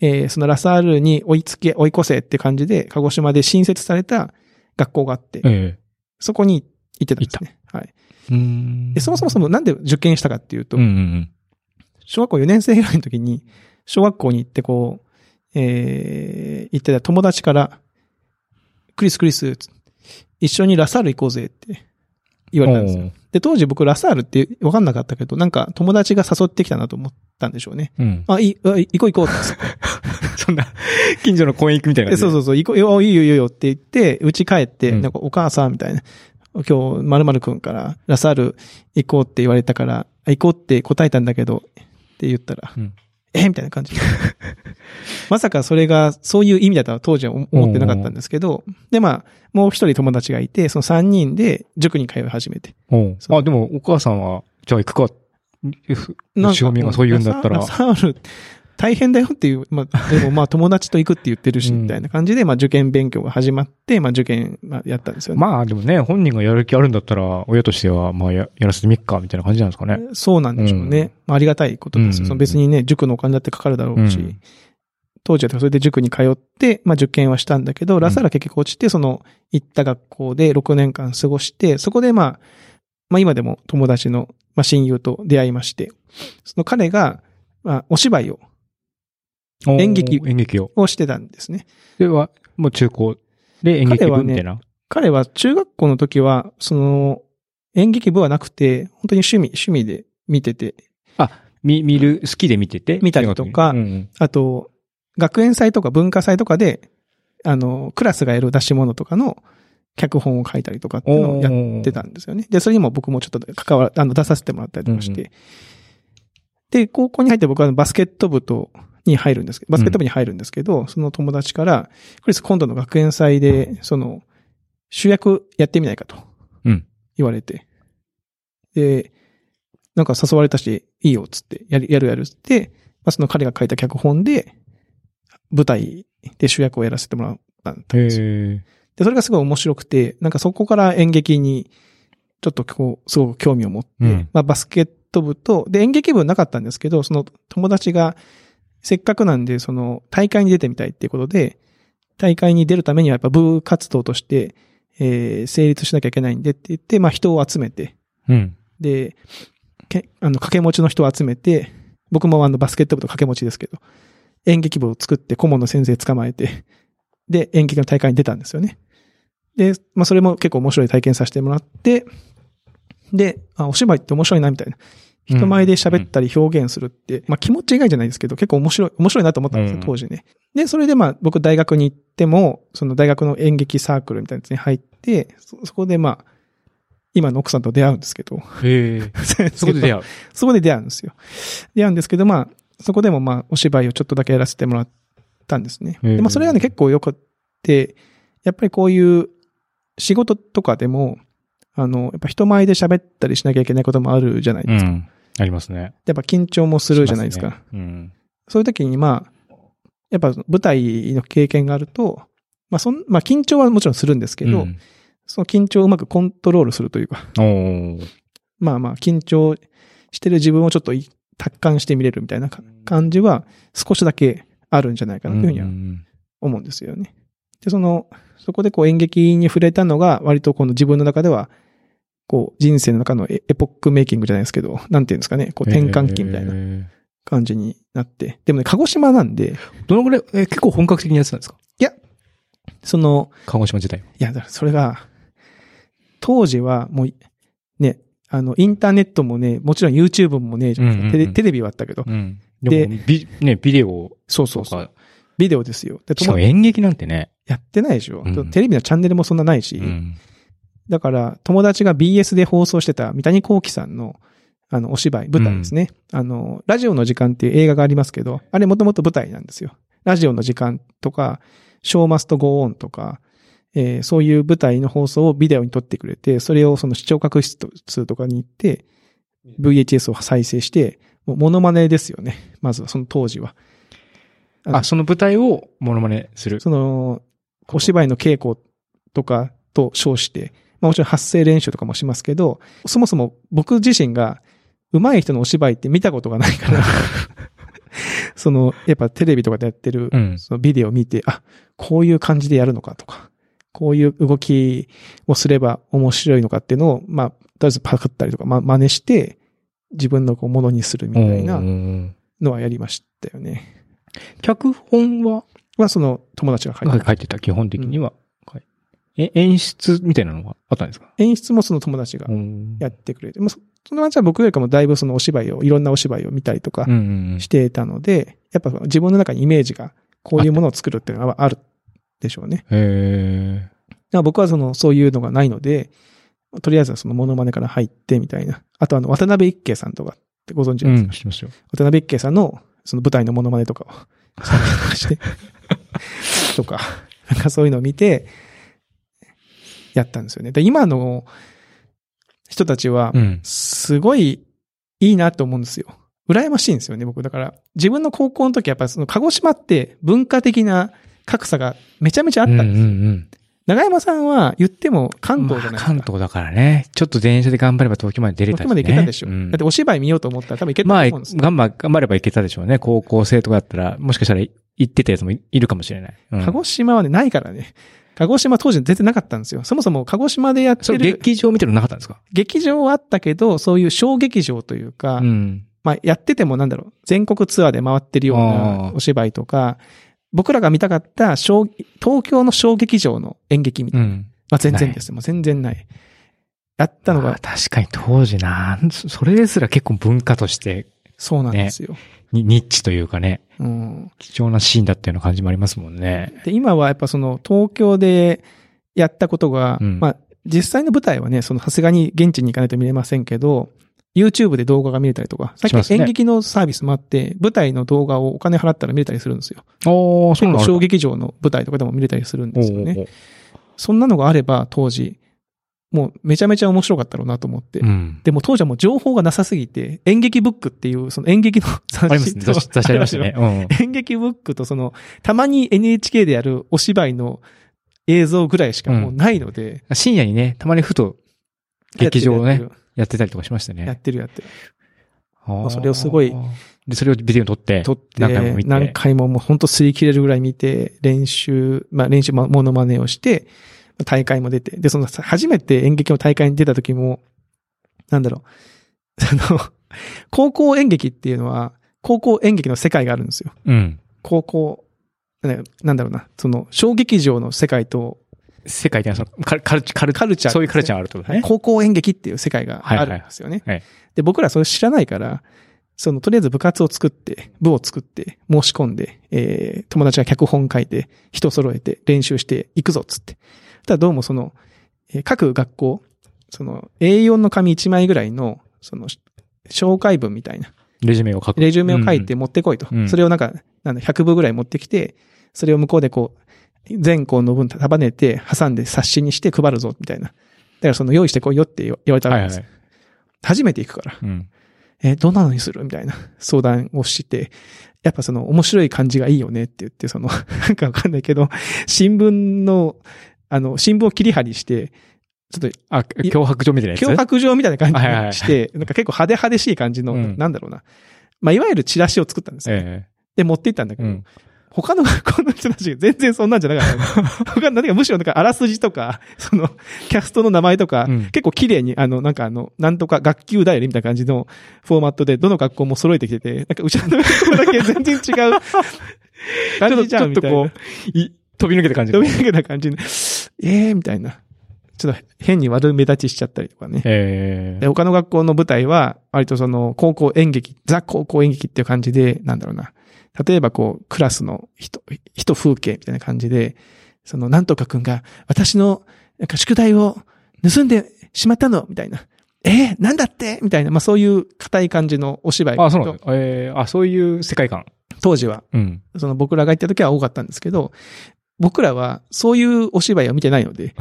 えーそのラサールに追いつけ、追い越せって感じで、鹿児島で新設された学校があって、えそこに行ってたんですね。はい。え。うんで、そもそもそもなんで受験したかっていうと、うんうん小学校4年生ぐらいの時に、小学校に行ってこう、えー行ってた友達から、クリスクリス、一緒にラサール行こうぜって言うわん。れたんですよ。おーで、当時僕ラサールって分かんなかったけど、なんか友達が誘ってきたなと思ったんでしょうね。うん。あ、いい、あい行こう行こうって。そん [laughs] な、近所の公園行くみたいなえそうそうそう、行こうよ、いいよいいよいいよって言って、家帰って、うんなんかお母さんみたいな、今日、まるまるくんから、ラサール行こうって言われたから、あ行こうって答えたんだけど、って言ったら、うんえみたいな感じで。まさかそれが、そういう意味だとは当時は思思ってなかったんですけど、で、まあ、もう一人友達がいて、その三人で塾に通い始めて。おうそうあ、でも、お母さんは、じゃあ行くか。なんか後ろみがそう言うんだったらラ。サラサール、大変だよっていう、ま [laughs] あ、でもまあ友達と行くって言ってるし、うんみたいな感じで、まあ受験勉強が始まって、まあ受験、まあやったんですよね。まあでもね、本人がやる気あるんだったら、親としては、まあややらせてみっか、みたいな感じなんですかね。そうなんでしょうね。うんまあ、ありがたいことでうんうんうすよ。んその別にね、塾のお金だってかかるだろうし、うん当時はそれで塾に通って、まあ、受験はしたんだけど、ラサーラ結局落ちて、その、行った学校で6年間過ごして、そこでまあ、まあ今でも友達の、まあ、親友と出会いまして、その彼が、まあ、お芝居をおー演劇演劇を。をしてたんですね。では、もう中高で演劇部みたいな。彼は中学校の時は、その、演劇部はなくて、本当に趣味、趣味で見てて、見、見る、好きで見てて。見たりとかうんうんあと、学園祭とか文化祭とかで、あの、クラスがやる出し物とかの脚本を書いたりとかっていうのをやってたんですよね。で、それにも僕もちょっと関わら、あの、出させてもらったりとかして。うで、高校に入って僕はあのバスケット部と、に入るんですけど、バスケット部に入るんですけど、その友達から、クリス今度の学園祭で、その、主役やってみないかと。うん言われて。で、なんか誘われたし、いいよ、つって、やる、やるやるっつって、まあ、その彼が書いた脚本で、舞台で主役をやらせてもらったんへですよ。え。で、それがすごい面白くて、なんかそこから演劇に、ちょっとこう、すごく興味を持って、うんまあバスケット部と、で、演劇部なかったんですけど、その友達が、せっかくなんで、その大会に出てみたいっていうことで、大会に出るためにはやっぱ部活動として、えー、成立しなきゃいけないんでって言って、まあ人を集めて、うん。で、けあの、掛け持ちの人を集めて、僕もあの、バスケット部と掛け持ちですけど、演劇部を作って顧問の先生捕まえて、で、演劇の大会に出たんですよね。で、まあ、それも結構面白い体験させてもらって、で、あ、お芝居って面白いな、みたいな。人前で喋ったり表現するって、まあ気持ち以外じゃないですけど、結構面白い、面白いなと思ったんですうん、よ当時ね。で、それでまあ僕大学に行っても、その大学の演劇サークルみたいなやつに入って、そ、そこでまあ、今の奥さんと出会うんですけど。へえ。 [laughs] そこで出会う。 [laughs] そこで出会うんですよ。出会うんですけど、まあ、そこでもまあ、お芝居をちょっとだけやらせてもらったんですね。へえで、まあ、それがね、結構良くって、やっぱりこういう仕事とかでも、あの、やっぱ人前で喋ったりしなきゃいけないこともあるじゃないですか。ん。ありますね。やっぱ緊張もするじゃないですか。しますね。うん。そういう時にまあ、やっぱ舞台の経験があると、まあ、そん、まあ、緊張はもちろんするんですけど、うんその緊張をうまくコントロールするというか、おーまあまあ、緊張してる自分をちょっとい達観して見れるみたいなか感じは少しだけあるんじゃないかなというふうにはん思うんですよね。で、その、そこでこう演劇に触れたのが割とこの自分の中では、こう人生の中のエエポックメイキングじゃないですけど、なんていうんですかね、こう転換期みたいへなえ感じになって。でもね、鹿児島なんで、どのぐらい、え、結構本格的にやってたんですかその、鹿児島時代。いや、だからそれが、当時はもう、ね、あの、インターネットもね、もちろん YouTube もねえじゃないですか。うんうんうんテレテレビはあったけど。うん。ででも、ビ、ね、ビデオそうそとうそう。か、ビデオですよ。で、しかも友演劇なんてね。やってないでしょ、うんテレビのチャンネルもそんなないし。うん。だから、友達が BS で放送してた三谷幸喜さんの、あの、お芝居、舞台ですね。あの、ラジオの時間っていう映画がありますけど、あれもともと舞台なんですよ。ラジオの時間とか、ショーマストゴーオンとか、えーそういう舞台の放送をビデオに撮ってくれて、それをその視聴覚室とかに行って、VHS を再生して、もうモノマネですよね。まずは、その当時は。あのあ、その舞台をモノマネする。その、お芝居の稽古とかと称して、まあもちろん発声練習とかもしますけど、そもそも僕自身が上手い人のお芝居って見たことがないから、 [laughs] その、やっぱテレビとかでやってるう、ん。そのビデオを見て、あ、こういう感じでやるのかとか、こういう動きをすれば面白いのかっていうのを、まあ、とりあえずパクったりとか、まあ、真似して、自分のこうものにするみたいなな。のはやりましたよね。脚本はは、その友達が書いて書いてた、基本的には。はいえ、演出みたいなのがあったんですか演出もその友達がうんやってくれて、まあ、そその話は僕よりかもだいぶそのお芝居を、いろんなお芝居を見たりとかうんうんうんしてたので、やっぱ自分の中にイメージが、こういうものを作るっていうのはあるでしょうね。へだから僕はその、そういうのがないので、とりあえずはそのモノマネから入ってみたいな。あとあの、渡辺一慶さんとかってご存知ーうですん、か、しますよ。渡辺一慶さんのその舞台のモノマネとかを参 [laughs] 加して、とか、なんかそういうのを見て、やったんですよね。で、今の人たちは、うん。すごいいいなと思うんですよ。羨ましいんですよね、僕。だから、自分の高校の時、やっぱその、鹿児島って文化的な格差がめちゃめちゃあったんですよ。うんうんうん長山さんは言っても関ま東あじゃないですか。関東だからね。ちょっと電車で頑張れば東京まで出れたしね東京まで行けたでしょ。うんだってお芝居見ようと思ったら多分行けたとまあ、思うんですよ。頑張頑張れば行けたでしょうね。高校生とかだったら、もしかしたら行ってたやつもいいるかもしれない。うん鹿児島はね、ないからね。鹿児島当時全然なかったんですよ。そもそも鹿児島でやっそてれる劇場みたいなのなかったんですか劇場はあったけど、そういう小劇場というか、ん。まあ、やっててもなんだろう、全国ツアーで回ってるようあなーお芝居とか、僕らが見たかった小、東京の小劇場の演劇みたういな。ん。まあ、全然ですね。もう全然ない。やったのまあが、確かに当時な、そそれですら結構文化としてそうなんですよ。にニッチというかね、うん。貴重なシーンだったような感じもありますもんね。で、今はやっぱその、東京でやったことが、うんまあ、実際の舞台はね、その、さすがに現地に行かないと見れませんけど、YouTube で動画が見れたりとか、します最近ね演劇のサービスもあって、舞台の動画をお金払ったら見れたりするんですよ。おー、そうなんだ小劇場の舞台とかでも見れたりするんですよね。おーおーそんなのがあれば、当時、もうめちゃめちゃ面白かったろうなと思って。うん。でも当時はもう情報がなさすぎて、演劇ブックっていう、その演劇 [laughs] のあ [laughs] 雑りますね。雑誌雑誌ありましたね。。うん。演劇ブックとその、たまに NHK でやるお芝居の映像ぐらいしかもうないので、 [laughs] 深夜にね、たまにふと劇場をやねってる、やってたりとかしましたやっね。てるやってる。あーそれをすごい。で、それをビデオに撮って。撮って、何回も見て。何回ももう本当擦り切れるぐらい見て、練習、まあ練習、まモノマネをして、大会も出て。で、その初めて演劇の大会に出た時も、なんだろう。 [laughs] その、高校演劇っていうのは、高校演劇の世界があるんですよ。うん。高校、ねなんだろうな、その、小劇場の世界と、世界ってのはそのカルカルチカルカルチャーそういうカルチャーがあるってことね。高校演劇っていう世界があるんですよね。はいはいはいで、僕らそれ知らないから、その、とりあえず部活を作って、部を作って、申し込んで、えー、友達が脚本書いて、人揃えて、練習して、行くぞ、つって。ただどうもその、えー各学校、その、A4 の紙1枚ぐらいの、その、紹介文みたいな、レジュメを書く。レジュメを書いて持ってこいと。うんそれをなんか、なんだ、100部ぐらい持ってきて、それを向こうでこう、全校の分束ねて、挟んで冊子にして配るぞ、みたいな。だからその用意してこいよって言わ言われたうん。はわいけはでいはす。い。初めて行くから、うん。え、どんなのにするみたいな相談をして、やっぱその面白い感じがいいよねって言って、その、 [laughs] なんかわかんないけど、新聞の、あの、新聞を切り貼りして、ちょっとあ、 [laughs] 脅迫状みたいなやつ脅迫状みたいな感じはいはいはいにして、なんか結構派手派手しい感じの、うんなんだろうな。まあ、いわゆるチラシを作ったんですよ。えで、持って行ったんだえ。けうど、ん。他の学校の人たち全然そんなんじゃなか [laughs] ったの。他の何かむしろなんかあらすじとか、その、キャストの名前とか、うん結構綺麗に、あの、なんかあの、なんとか学級だよりみたいな感じのフォーマットで、どの学校も揃えてきてて、なんかうちの学校だけ全然 [laughs] 違うちょ感っとじじちょゃんっみとたいな。こう、い飛び抜けた感じどういうな感じの、えーみたいな。ちょっと変に悪目立ちしちゃったりとかね。えで、え。他の学校の舞台は、割とその、高校演劇、ザ高校演劇っていう感じで、なんだろうな。例えばこう、クラスの人、人風景みたいな感じで、その、なんとかくんが、私の、なんか宿題を盗んでしまったのみたいな。えーなんだってみたいな、まあそういう硬い感じのお芝居あ、そうなんだ。ええ、あ、そういう世界観。当時は、うん。その僕らが行った時は多かったんですけど、僕らはそういうお芝居を見てないの [laughs] で、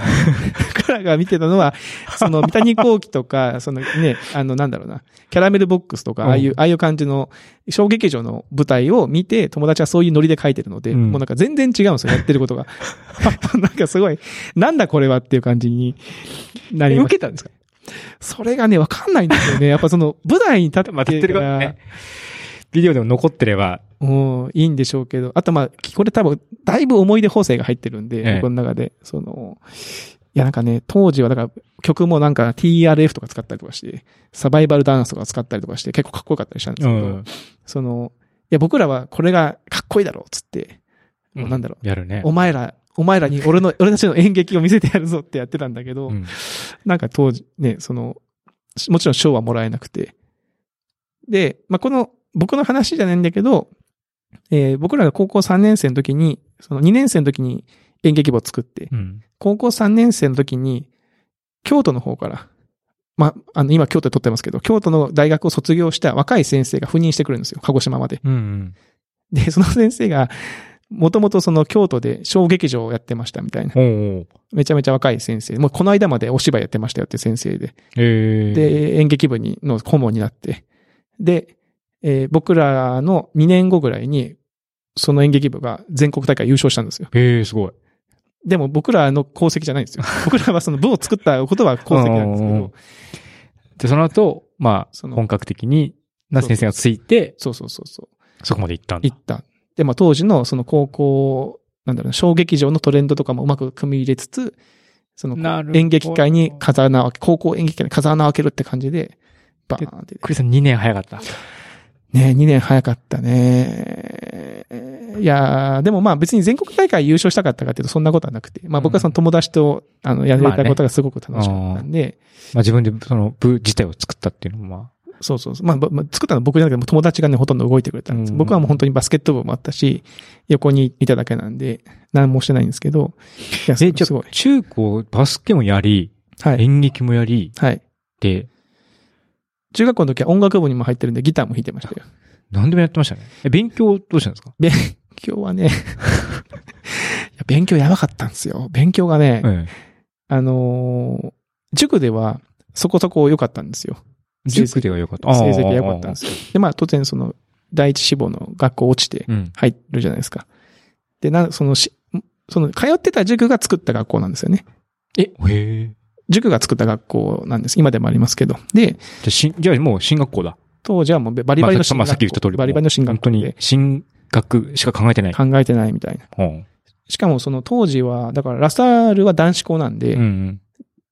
僕らが見てたのは、その三谷幸喜とか、そのね、あのなんだろうな、キャラメルボックスとか、ああいうう、ああいう感じの小劇場の舞台を見て、友達はそういうノリで書いてるので、うんもうなんか全然違うんですよ、やってるこ [laughs] とが。なんかすごい、なんだこれはっていう感じになりま受す。けたんですかそれがね、わかんないんですよね。やっぱその舞台に立ってまあ、立ってるかかららね、。ビデオでも残ってれば、もういいんでしょうけど、あとまあ、これ多分、だいぶ思い出補正が入ってるんで、ええ僕の中で、その、いやなんかね、当時はだから曲もなんか TRF とか使ったりとかして、サバイバルダンスとか使ったりとかして、結構かっこよかったりしたんですうけど、ん。その、いや僕らはこれがかっこいいだろうっつって、もうなんだろう、やるね。お前ら、お前らに俺の、俺たちの演劇を見せてやるぞってやってたんだけど、うんなんか当時、ね、その、しもちろん賞はもらえなくて。で、まあ、この、僕の話じゃないんだけど、えー僕らが高校3年生の時に、その2年生の時に演劇部を作って、うん。高校3年生の時に、京都の方から、まあ、あの、今京都で撮ってますけど、京都の大学を卒業した若い先生が赴任してくるんですよ、鹿児島まで。うんうん。で、その先生が、もともとその京都で小劇場をやってましたみたいな。おうおうめちゃめちゃ若い先生。もうこの間までお芝居やってましたよって先生で。ええ。、で、演劇部に、の顧問になって。で、えー僕らの2年後ぐらいに、その演劇部が全国大会優勝したんですよ。ええ、すごい。でも僕らの功績じゃないん [laughs] ですよ。僕らはその部を作ったことは功績なんですけうんうんうんど、で、その後、まそあ、の本格的に、な先生がついて、そうそうそうそう。そこまで行ったんだ行。った。で、まあ当時のその高校、なんだろうな、小劇場のトレンドとかもうまく組み入れつつ、そなのるほど演劇界に風穴を開け、高校演劇界に風穴を開けるって感じで、バーンって。クリスさん2年早かった。ね2年早かったね。いやーでもまあ別に全国大会優勝したかったかっていうとそんなことはなくて、まあ僕はその友達と、あの、やれたことがすごく楽しかったんで、まあ自分でその部自体を作ったっていうのも、まそうそうそう。まあ、まあ作ったのは僕じゃなくて、もう友達がね、ほとんど動いてくれたんです。うん僕はもう本当にバスケット部もあったし、横にいただけなんで、何もしてないんですけど。いや、あ。え、じゃすごいあ。中高、バスケもやり、はい。演劇もやり、はい。で、中学校の時は音楽部にも入ってるんで、ギターも弾いてましたよ。何でもやってましたね。え、勉強どうしたんですか勉 [laughs] 強はね、いや勉強やばかったんですよ。勉強がね、えあのー塾ではそこそこ良かったんですよ。え。成績塾ではよかった。成績が良かったんですよ。で、まあ当然その、第一志望の学校落ちて、あー。うん。入るじゃないですか。で、な、そのし、その、通ってた塾が作った学校なんですよね。え、へえ。塾が作った学校なんです。今でもありますけど。じで、ゃあ、しん、じゃあもう進学校だ。当時はもうバリバリの進まあ学さっきまあさっき言った通りバリバリの進本学当校にで進学しか考えてない。考えてないみたいな。うん。しかもその当時は、だからラサールは男子校なんで、うん。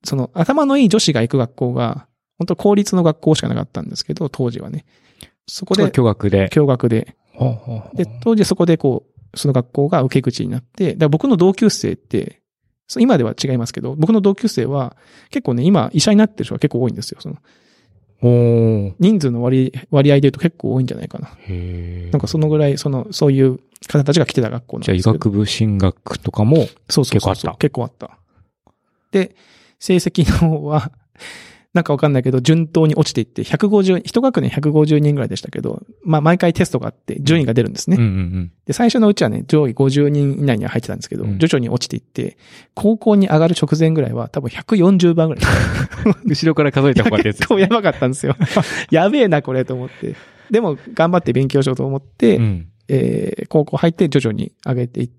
その頭のいい女子が行く学校が本当公立の学校しかなかったんですけど、当時はね。そこで、巨額で。 [laughs] 共学で。ほうほうほうで、当時そこでこう、その学校が受け口になって、だから僕の同級生って、そう今では違いますけど、僕の同級生は、結構ね、今、医者になってる人が結構多いんですよ。その、おー人数の割割合で言うと結構多いんじゃないかな。へーなんかそのぐらい、その、そういう方たちが来てた学校なんですじゃあ医けど。学部進学とかも、そうそうそうそう。結構あった。で、成績の方は、 [laughs] なんかわかんないけど、順当に落ちていって、150、一学年150人ぐらいでしたけど、まあ毎回テストがあって、順位が出るんですね。うんうんで、最初のうちはね、上位50人以内には入ってたんですけど、うん徐々に落ちていって、高校に上がる直前ぐらいは多分140番ぐらい。うん。後ろから数えた方がいいやつ。結 [laughs] 構やばかったん [laughs] ですよ。やべえな、これと思って。でも、頑張って勉強しようと思って、うん。えー高校入って徐々に上げてい、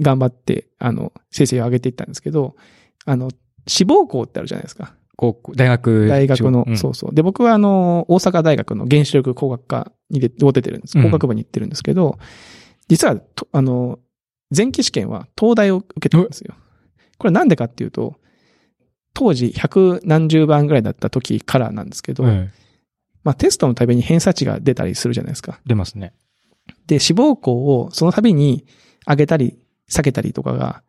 頑張って、あの、成績を上げていったんですけど、あの、志望校ってあるじゃないですか。高校、大学。大学の、うんそうそう。で、僕はあの、大阪大学の原子力工学科にでを出てるんです。うん工学部に行ってるんですけど、実はと、あの、前期試験は東大を受けてるんですよ。これなんでかっていうと、当時百何十番ぐらいだった時からなんですけど、はいまあテストのたびに偏差値が出たりするじゃないですか。出ますね。で、志望校をその度に上げたり下げたりとかが、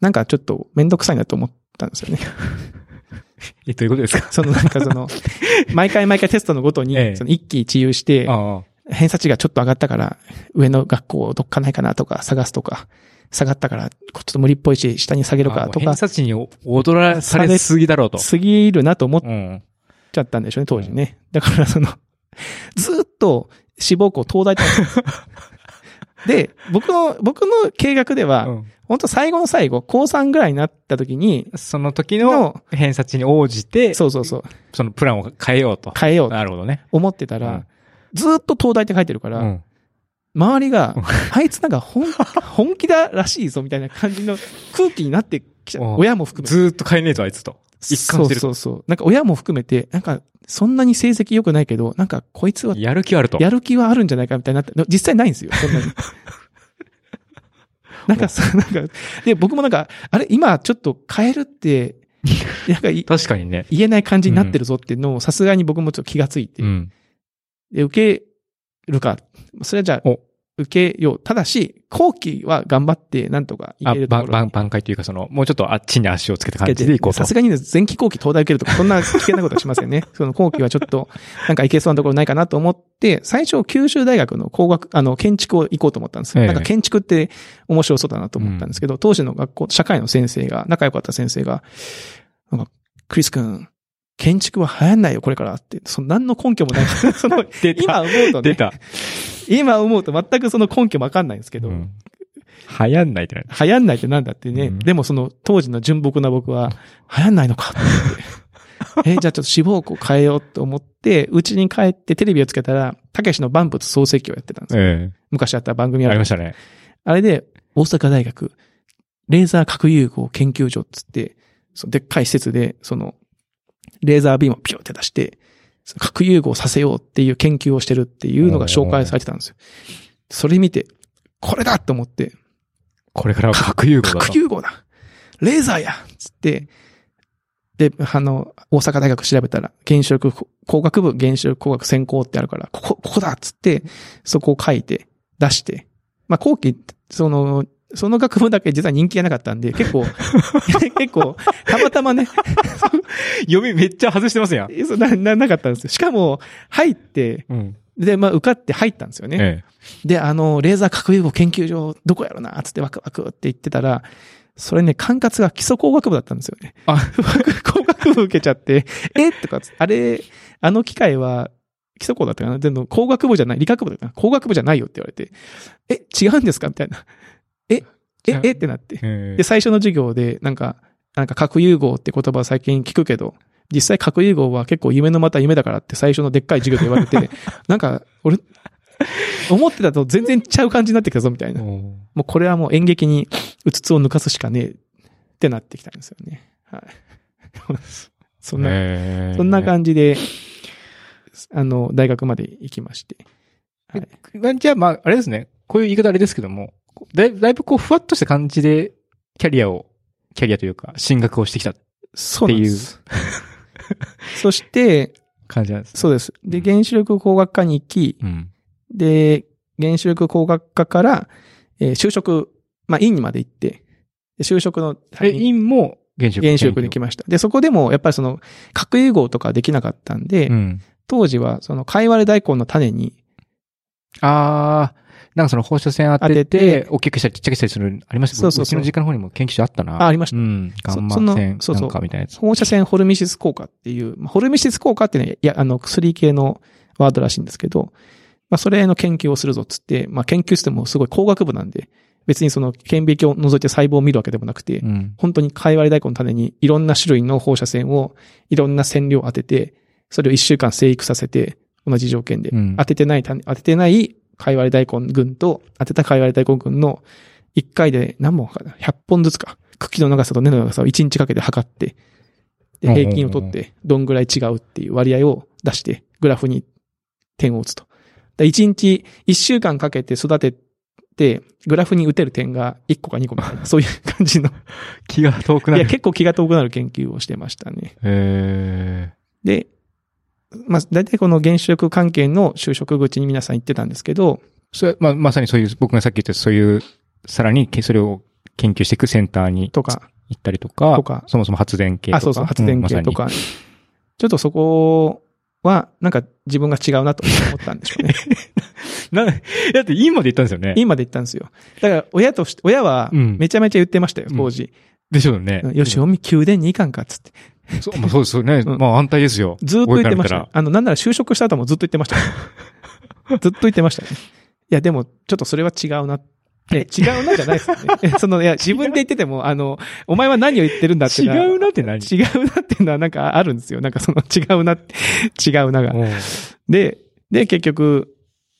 なんかちょっとめんどくさいなと思ったんですよね。え、どういうことですかそのなんかそ [laughs] の、毎回毎回テストのごとにええ、その一喜一憂して、あ偏差値がちょっと上がったから、上の学校どっかないかなとか探すとか、下がったから、ちょっと無理っぽいし、下に下げるあ。かともう偏か、差値に踊らされすぎだろうと。過ぎるなと思っうん。ちゃったんでしょうね、当時ね。だからその、ずっと志望校東大だったんです [laughs] よで、僕の、僕の計画では、うん本当最後の最後、高3ぐらいになった時に、その時のの、偏差値に応じて、そうそうそう、そのプランを変えようと。変えようとなるほどね。思ってたうらん、ずっと東大って書いてるかうら、ん。周りがうん、あいつなんか本 [laughs] 本気だらしいぞみたいな感じの空気になってきちゃうんう。親も含めて。ずーっと変えねえぞ、あいつと。一貫してるそうそうそう。なんか親も含めて、なんかそんなに成績良くないけど、なんかこいつはやる気あると。やる気はあるんじゃないかみたいになって、の実際ないんですよ、そん [laughs] なに。なんかさ、なんか、で、僕もなんか、あれ、今ちょっと変えるって、なんかい確かにね。言えない感じになってるぞっていうのを、さすがに僕もちょっと気がついてう、ん。で、受けるか。それはじゃあお、受けよう。ただし、後期は頑張って、なんとかいあ、けるとばころばに挽回というか、その、もうちょっとあっちに足をつけた感じでいこうとさす。がにね前期後期東大受けるとか、そんな危険なことはしませんね。その後期はちょっと、なんかいけそうなところないかなと思って、最初、九州大学の工学、あの、建築を行こうと思ったんですよ。ええなんか建築って面白そうだなと思ったんですけど、当時の学校、社会の先生が、仲良かった先生が、なんか、クリス君、建築は流行んないよ、これからって。その何の根拠もない。 [laughs] その、出た今思うと出ね、た。今思うと全くその根拠もわかんないんですけど、うん流行んないってなる。流行んないってなんだってね。うんでもその当時の純朴な僕は、流行んないのかっ [laughs] てえ、じゃあちょっと志望校変えようと思って、うちに帰ってテレビをつけたら、たけしの万物創世記をやってたんですよ。え昔あった番組え。あありるま。したね。あれで、大阪大学、レーザー核融合研究所っつって、そのでっかい施設で、その、レーザービームをピューって出して、その核融合させようっていう研究をしてるっていうのが紹介されてたんですよ。それ見て、これだと思って、これからは核融合だと。核融合だレーザーやつって、で、あの、大阪大学調べたら、原子力工学部原子力工学専攻ってあるから、ここ、ここだっつって、そこを書いて、出して。まあ、後期、その、その学部だけ実は人気がなかったんで、 [laughs] 結構、 [laughs] 結構、たまたまね、読みめっちゃ外してますやん。そうな、な、なかったんですよ。しかも、入って、うん。で、まあ、受かって入ったんですよね。えで、あの、レーザー核融合研究所、どこやろな、つってワクワクって言ってたら、それね、管轄が基礎工学部だったんですよね。あ [laughs] 工学部受けちゃって、えとかつって、あれ、あの機械は、基礎工だったかな全部工学部じゃない、理学部だったかな工学部じゃないよって言われて、え、違うんですかみたいな。え、違えう、えってなって。えで、最初の授業で、なんか、なんか核融合って言葉は最近聞くけど、実際核融合は結構夢のまた夢だからって最初のでっかい授業で言われて、 [laughs] なんか、俺、思ってたと全然ちゃう感じになってきたぞみたいな。もおーうこれはもう演劇にうつつを抜かすしかねえってなってきたんですよね。はい。そんな、ええそんな感じで、あの、大学まで行きまして。はい。まあじゃあ、まあ、あれですね。こういう言い方あれですけども、だいだいぶこう、ふわっとした感じで、キャリアを、キャリアというか、進学をしてきた。そうなんです。そして、感じなんです。そうです。で、原子力工学科に行き、うん。で、原子力工学科から、えー就職、まあ、院にまで行って、で就職のタえ、イミングインも原子力。原子力で来ました。で、そこでも、やっぱりその、核融合とかできなかったんで、うん。当時は、その、貝割れ大根の種に、あー、なんかその放射線当てて、当てて大きくしたりちっちゃくしたりする、ありましたそうそうちそうの実家の方にも研究所あったな。あありましたうん。ガンマそその線そうそうなんかみたいなやつ。放射線ホルミシス効果っていう、まあホルミシス効果っていうのは、いや、あの、薬系のワードらしいんですけど、まあ、それの研究をするぞっつって、まあ、研究室もすごい工学部なんで、別にその、顕微鏡を除いて細胞を見るわけでもなくて、うん。本当に貝割れ大根の種にいろんな種類の放射線をいろんな線量を当てて、それを一週間生育させて、同じ条件で、うん当ててない種、当ててない貝割れ大根群と、当てた貝割れ大根群の1回で何本かな、100本ずつか、茎の長さと根の長さを1日かけて測って、で、平均を取って、どんぐらい違うっていう割合を出して、グラフに点を打つと。だ1日、1週間かけて育てて、グラフに打てる点が1個か2個みたいな、そういう感じの気が遠くいなや、る。結構気が遠くなる研究をしてましたね。えで、まあ、大体この原子力関係の就職口に皆さん行ってたんですけど、ー、それ、まあ、まさにそういう、僕がさっき言ったそういう、さらにけそれを研究していくセンターにとか、行ったりとか、とかそもそも発電系とか。あ、そうそう、発電んまさ系にとか、ちょっとそこは、なんか自分が違うなと思ったんでしょ [laughs] うね。な、だって院まで行ったんですよね。今まで行ったんですよ。だから、親として、親は、うんめちゃめちゃ言ってましたよ、当時。でしょうね。よし、おみ宮殿に行かんか、つって。そうまあそうですよね。うんまあ安泰ですよ。ずーっと言ってま親しからた見。あの、なんなら就職した後もずっと言ってました [laughs] よ。ずっと言ってましたね。いや、でも、ちょっとそれは違うな。え、違うなじゃないですよね。え [laughs] その、いや、自分で言ってても、あの、お前は何を言ってるんだってたら違うな。なって何違うなっていうのはなんかあるんですよ。なんかその違うなって、違うなが。おうで、で、結局、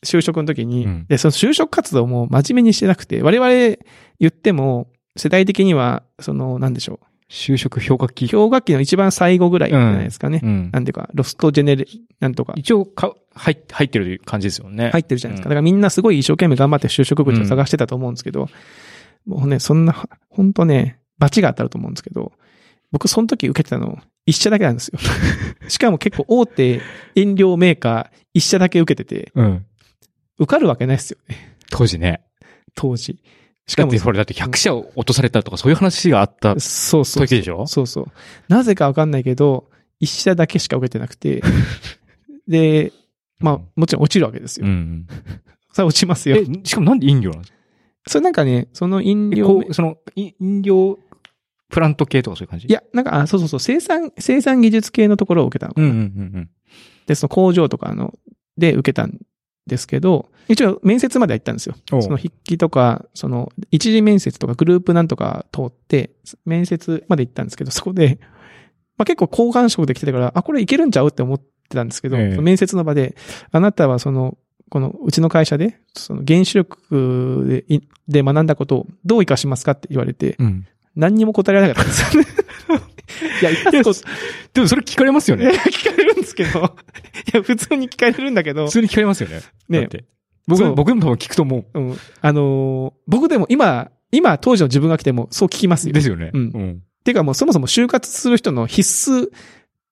就職の時に、うんで、その就職活動も真面目にしてなくて、我々言っても、世代的には、その、なんでしょ就職氷河う。期。氷河期の一番最後ぐらいじゃないですかね。うんなんていうか、ロストジェネレ、なんとか。一応か、入っ入ってる感じですよね。入ってるじゃないですか。だからみんなすごい一生懸命頑張って就職口を探してたと思うんですけど、もうね、そんな、ほんとね、罰が当たると思うんですけど、僕その時受けてたの、一社だけなんですよ。 [laughs] しかも結構大手飲料メーカー、一社だけ受けてて、うん。受かるわけないですよね、当時ね。当時。しだかっもて、ほら、だって100社を落とされたとかそういう話があったそうそう時でしょそうそう。なぜかわかんないけど、一社だけしか受けてな [laughs] くて、で、まあ、もちろん落ちるわけですよ。ん。それは落ちますよえ。、しかもなんで飲料なんですかそれなんかね、その飲え料こう、その、い飲料、プラント系とかそういう感じいや、なんか、あ、そうそうそう、生産、生産技術系のところを受けたの。うんうんうんで、その工場とかの、で受けたんですけど、一応面接までは行ったんですよ。うん。その筆記とか、その、一次面接とかグループなんとか通って、面接まで行ったんですけど、そこで、まあ結構好感触できてたから、あ、これいけるんちゃうって思ってたんですけど、ええその面接の場で、あなたはその、この、うちの会社で、その原子力でい、で学んだことをどう活かしますかって言われて、うん。何にも答えられなかったんです [laughs] よね。いや、生かすことでもそれ聞かれますよいやね。聞かれるんですけど。いや、普通に聞かれるんだけど普。通に聞かれますよね。ねだって僕そうも、僕も多分聞くと思うん。あのー僕でも今、今、当時の自分が来てもそう聞きますう。よ。ですよね。うんん。てかもうそもそも就活する人の必須、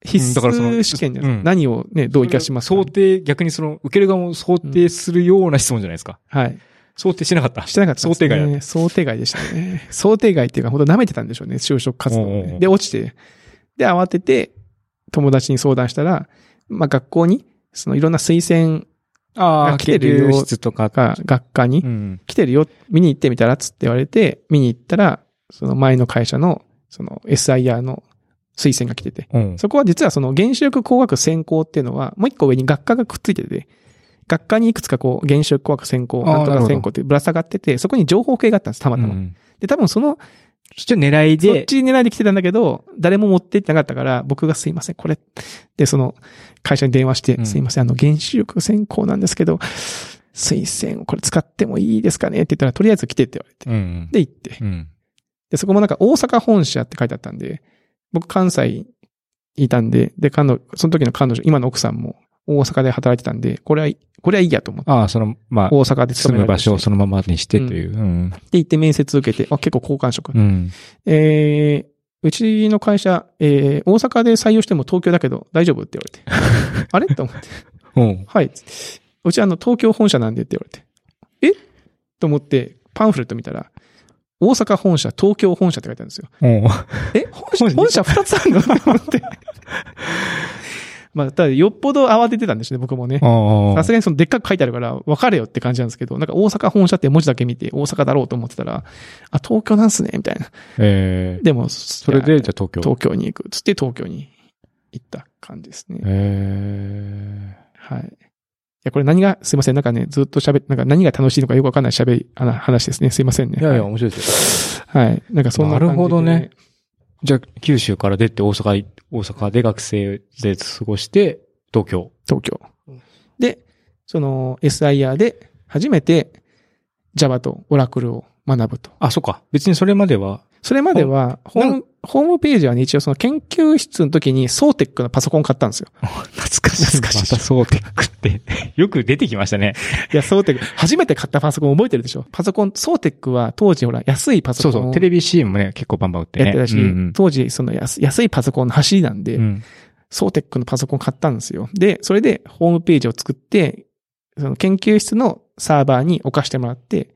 必うんだからそ須の試験じゃない、うん何をね、どう生かしますか想定、逆にその、受ける側も想定するような質問じゃないですか。はい。想定してなかった。してなかった、想定外だっね。想定外でしたね。想定外っていうか、ほんと舐めてたんでしょうね、就職活動をね、おうおうで、落ちて。で、慌てて、友達に相談したら、まあ、学校に、そのいろんな推薦た。あ来てるよ室とかが、学科にうん。来てるよ、見に行ってみたらっつって言われて、見に行ったら、その前の会社の、その SIR の推薦が来てて。うん。そこは実はその原子力工学専攻っていうのは、もう一個上に学科がくっついてて、学科にいくつかこう、原子力工学専攻、あーなんなるとかほど専攻ってぶら下がってて、そこに情報系があったんです、たまたま。うんで、多分その、そっちの狙いそっで、ち狙いで来てたんだけど、誰も持って行ってなかったから、僕がすいません、これ。で、その、会社に電話して、うんすいません、あの、原子力専攻なんですけど、推薦をこれ使ってもいいですかねって言ったら、とりあえず来てって言われて。うん。で、行って。うん。で、そこもなんか大阪本社って書いてあったんで、僕関西にいたんで、で、彼女、その時の彼女、今の奥さんも大阪で働いてたんで、これはいい、これはいいやと思って、ああ、その、まあ、大阪で住勤めむられて場る所をそのままにしてという。うん。で、行って面接受けて、あ、結構好感触。うん。えー、うちの会社、えー大阪で採用しても東京だけど大丈夫って言われ [laughs] て。あれと思って。うん。はい。うちあの東京本社なんでって言われて。えと思ってパンフレット見たら、大阪本社、東京本社って書いてあるんですよ。うん。え本社、本本社2つある [laughs] のと思って。まあ、ただよっぽど慌ててたんですね、僕もね。 [laughs] ああ。さすがにそのでっかく書いてあるから、分かれよって感じなんですけど、なんか大阪本社って文字だけ見て、大阪だろうと思ってたら、あ、東京なんすね、みたいな。ええでも、そそれで、じゃあ東京。東京に行く。つって東京に行った感じですね。えはい。いや、これ何が、すいません。なんかね、ずっと喋っなんか何が楽しいのかよくわかんない喋り、あの話ですね。すいませんねえ。い。やいや、面白いですよ。はい。なんかそんな感じで、なるほどね。じゃあ、九州から出て大阪い、大阪で学生で過ごして、東京。東京。で、その SIR で初めて Java と Oracle を学ぶと。あ、そっか。別にそれまでは、それまでは、ホーなム、ホームページはね、一応その研究室の時にソーテックのパソコン買ったんですよ。懐かしい懐かしい。またそうテックって、 [laughs] よく出てきましたね。いや、ソーテ [laughs] ック、初めて買ったパソコン覚えてるでしょパソコン、ソーテックは当時ほら、安いパソそうコンそをう。テレビ CM もね、結構バンバン売ってね。やってたし、うん当時その安安いパソコンの走りなんで、うんうんソーテックのパソコン買ったんですよ。で、それでホームページを作って、その研究室のサーバーに置かしてもらって、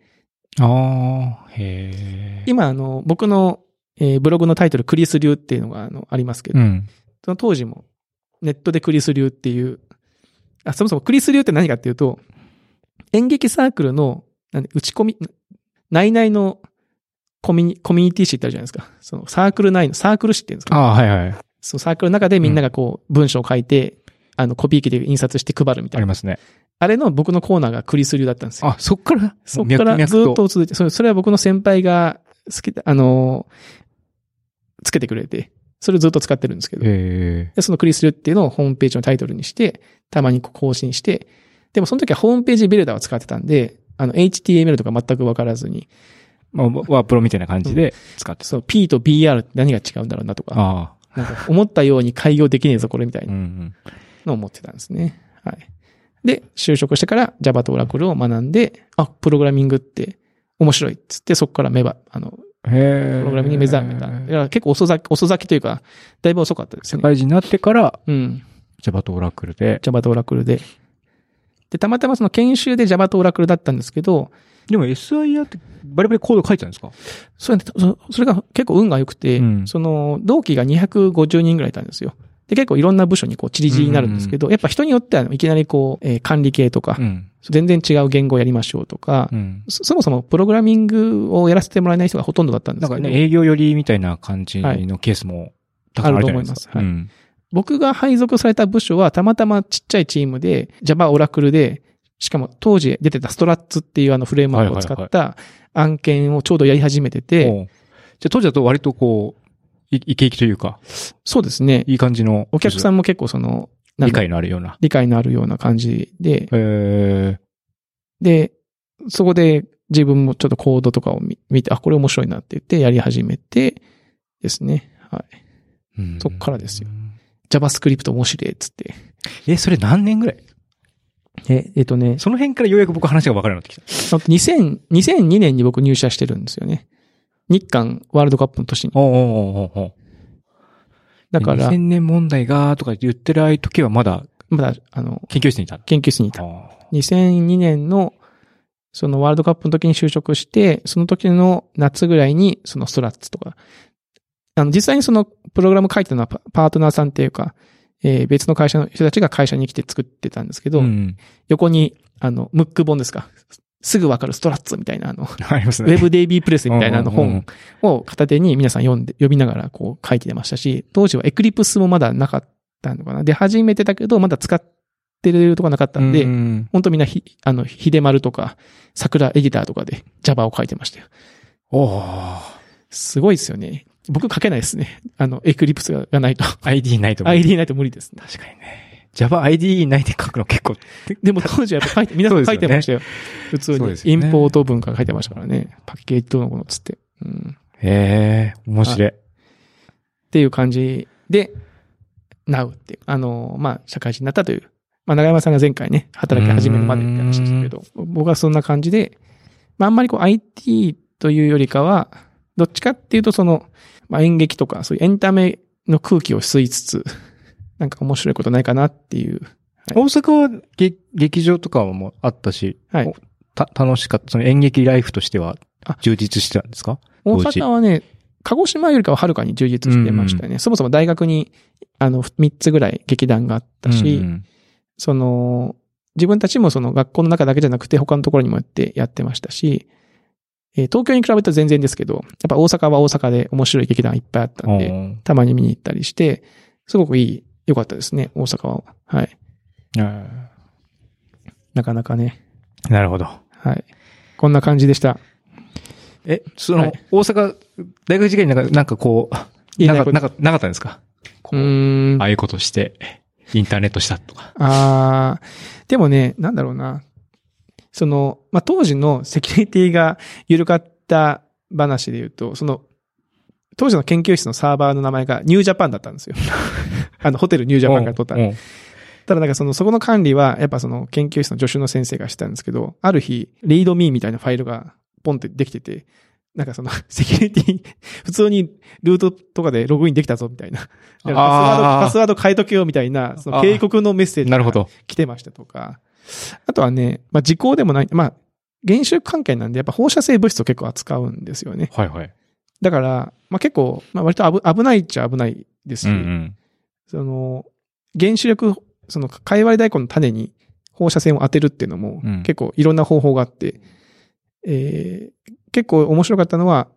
ああ、へえ。今あの、僕の、えーブログのタイトル、クリス流っていうのがあのありますけど、うん。その当時もネットでクリス流っていう、あ、そもそもクリス流って何かっていうと、演劇サークルの、なんで打ち込み、内々のコミュニコミュニティ誌ってあるじゃないですか。そのサークル内の、サークル誌っていうんですか、ああ、はいはい。そのサークルの中でみんながこう、文章を書いて、あの、コピー機で印刷して配るみたありいな。ますね。あれの僕のコーナーがクリス流だったんですよ。あ、そっからそっからずっと。続いて、それそれは僕の先輩が好きで、あのーつけてくれて、それをずっと使ってるんですけど。へえ。で、そのクリスルっていうのをホームページのタイトルにして、たまにこう更新して、でもその時はホームページビルダーを使ってたんで、あの、HTML とか全くわからずに、まあ、ワープロみたいな感じで使ってた。そう、P と BR って何が違うんだろうなとか、ああ。なんか思ったように開業できねえぞ、これみたいうんう。なんのを思ってたんですね。はい。で、就職してから Java と Oracle を学んで、あ、プログラミングって面白いっつって、そこから目ば、あの、プへえ。ログラミングに目覚めた。だから結構遅咲き、遅咲きというか、だいぶ遅かったです社ね。会人になってから、うん。 Java と Oracle で。 Java と Oracle で。で、たまたまその研修で Java と Oracle だったんですけど、でも SIR ってバリバリコード書いてたんですかそれそそれが結構運が良くて、うんその同期が250人ぐらいいたんですよ。で、結構いろんな部署にこう、チリチリになるんですけど、やっぱ人によってはあのいきなりこう、えー管理系とか、うん。全然違う言語をやりましょうとか、うん。そそもそもプログラミングをやらせてもらえない人がほとんどだったんでなすんけかど、ね、営業寄りみたいな感じのケースもたくさんあるじゃないですか。はいあうん僕が配属された部署はたまたまちっちゃいチームで Java Oracle で、しかも当時出てたストラッツっていうあのフレームワークを使はいっはた案件をちょうどやり始めてて、おうじゃあ当時だと割とこう、いイケイケというか、そうですね。いい感じの。お客さんも結構その、なん理だ解のあるような。理解のあるような感じで、えで、そこで自分もちょっとコードとかを見見て、あ、これ面白いなって言ってやり始めてですね。はい。ーそっからですよ。JavaScript 面白いっつって。え、それ何年ぐらいえ、えっとね、その辺からようやく僕話が分かるようになってきた。あと2000 2002年に僕入社してるんですよね。日韓ワールドカップの年に。おうおうおうおうおうだから2000、年問題がとか言ってる時はまだまだ、あの、研究室にいた。研究室にいた。あ2002年の、そのワールドカップの時に就職して、その時の夏ぐらいに、そのストラッツとか、あの、実際にそのプログラム書いてたのはパパートナーさんっていうか、えー別の会社の人たちが会社に来て作ってたんですけーど、うん。横に、あの、ムック本ですか。すぐわかるストラッツみたいな、あの、ありますウね。ェブデイビープレスみたいなあのうんうんう本んを片手に皆さん読んで、読みながらこう書いてましたし、当時はエクリプスもまだなかったのかな。で、初めてだけど、まだ使ってるとこなかったんで、ううん本当みんなひ、あの、ひでまるとか、桜エディターとかで Java を書いてましたよ。おーすごいですよね。僕書けないですね。あの、エクリプスがないと。 ID ないと思う。 ID ないと無理ですね。確かにね。Java ID ないで書くの結構。でも当時はやっぱ書い [laughs] て、皆さん書いてましたよ。普通そうにです。よイねンポート文化書いてましたからね。パッケージどうのこうのっつって。うん。へえ、面白い。っていう感じで、Now っていう、あの、まあ、社会人になったという、まあ、長山さんが前回ね、働き始めるまでって話でしたけど、僕はそんな感じで、まあ、あんまりこう IT というよりかは、どっちかっていうとその、まあ、演劇とかそういうエンタメの空気を吸いつ [laughs] つ、なんか面白いことないかなっていう。大阪はげ劇場とかはもうあったし、はいおた楽しかった。その演劇ライフとしてはあ充実してたんですか大阪はね、鹿児島よりかははるかに充実してましたね。そもそも大学に、あの、3つぐらい劇団があったし、うんうんその、自分たちもその学校の中だけじゃなくて他のところにもやって、やってましたし、えー東京に比べたら全然ですけど、やっぱ大阪は大阪で面白い劇団いっぱいあったんで、たまに見に行ったりして、すごくいい、良かったですね、大阪は。はい。おーあなかなかね。ーなるほど。はい。こんな感じでした。え、そはのい、大阪、大学時代になんか、なんかこう、言えなないんこか、となんか、なかったんですかうこうーん。ああいうことして、インターネットしたと [laughs] か。あーでもね、なんだろうな。その、まあ、当時のセキュリティが緩かった話で言うと、その、当時の研究室のサーバーの名前がニュージャパンだったんですよ。 [laughs] あの、ホテルニュージャパンから取った。うんただなんかその、そこの管理は、やっぱその研究室の助手の先生がしてたんですけど、ある日、リードミーみたいなファイルがポンってできてて、なんかその、 [laughs] セキュリティ、普通にルートとかでログインできたぞみたいな。パスワードあーパスワード変えとけよみたいな、その警告のメッセージなるがほど。来てましたとか、あとはね、まあ、時効でもない、まあ、原子力関係なんで、やっぱ放射性物質を結構扱うんですよね。はいはい。だから、まあ、結構、まあ、割と危危ないっちゃ危ないですし、うんその、原子力、その、かいわれ大根の種に放射線を当てるっていうのも、うん結構いろんな方法があって、えー結構面白かったのは、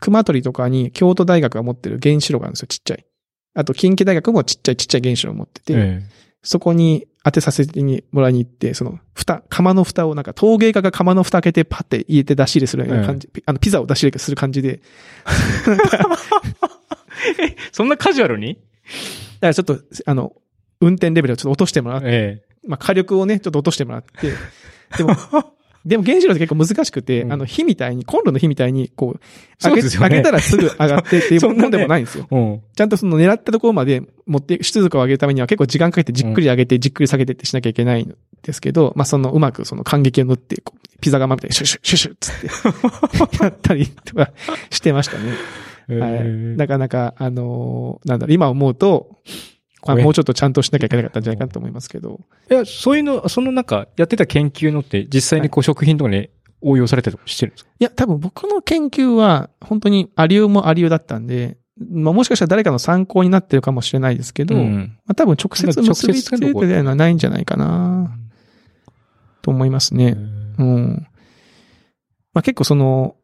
熊取とかに京都大学が持ってる原子炉があるんですよ、ちっちゃい。あと、近畿大学もちっちゃいちっちゃい原子炉を持ってて、うん。えそこに当てさせてもらいに行って、その、蓋、釜の蓋をなんか、陶芸家が釜の蓋開けてパッて入れて出し入れするような感じ、ピあの、ピザを出し入れする感じで、えそんなカジュアルにだからちょっと、あの、運転レベルをちょっと落としてもらって、えまあ、火力をね、ちょっと落としてもら [laughs] って、でも、でも原子炉って結構難しくて、うんあの、火みたいに、コンロの火みたいに、こう、そう開でけすよね開けたらすぐ上がってって [laughs] いそうんなねもんでもないんですよ。え。うん。ちゃんとその狙ったところまで持って、出力を上げるためには結構時間かけてじっくり上げて、じっくり下げてってしなきゃいけないんですけど、まあそのうまくその感激を塗って、こう、ピザ窯みたいにシュッシュッシュッシュッつってやったりとかしてましたね。はい。なかなか、あのーなんだろう、今思うと、まあ怖いもうちょっとちゃんとしなきゃいけなかったんじゃないかなと思いますけど。いや、そういうの、そのなんか、やってた研究のって、実際にこう、食品とかに応用されたりとかしてるんですかいや、多分僕の研究は、本当にありゅうもありゅうだったんで、まあもしかしたら誰かの参考になってるかもしれないですけど、まん。あ多分直接結びつけるというのはないんじゃないかな。と思いますえね。うん。まあ、結構その、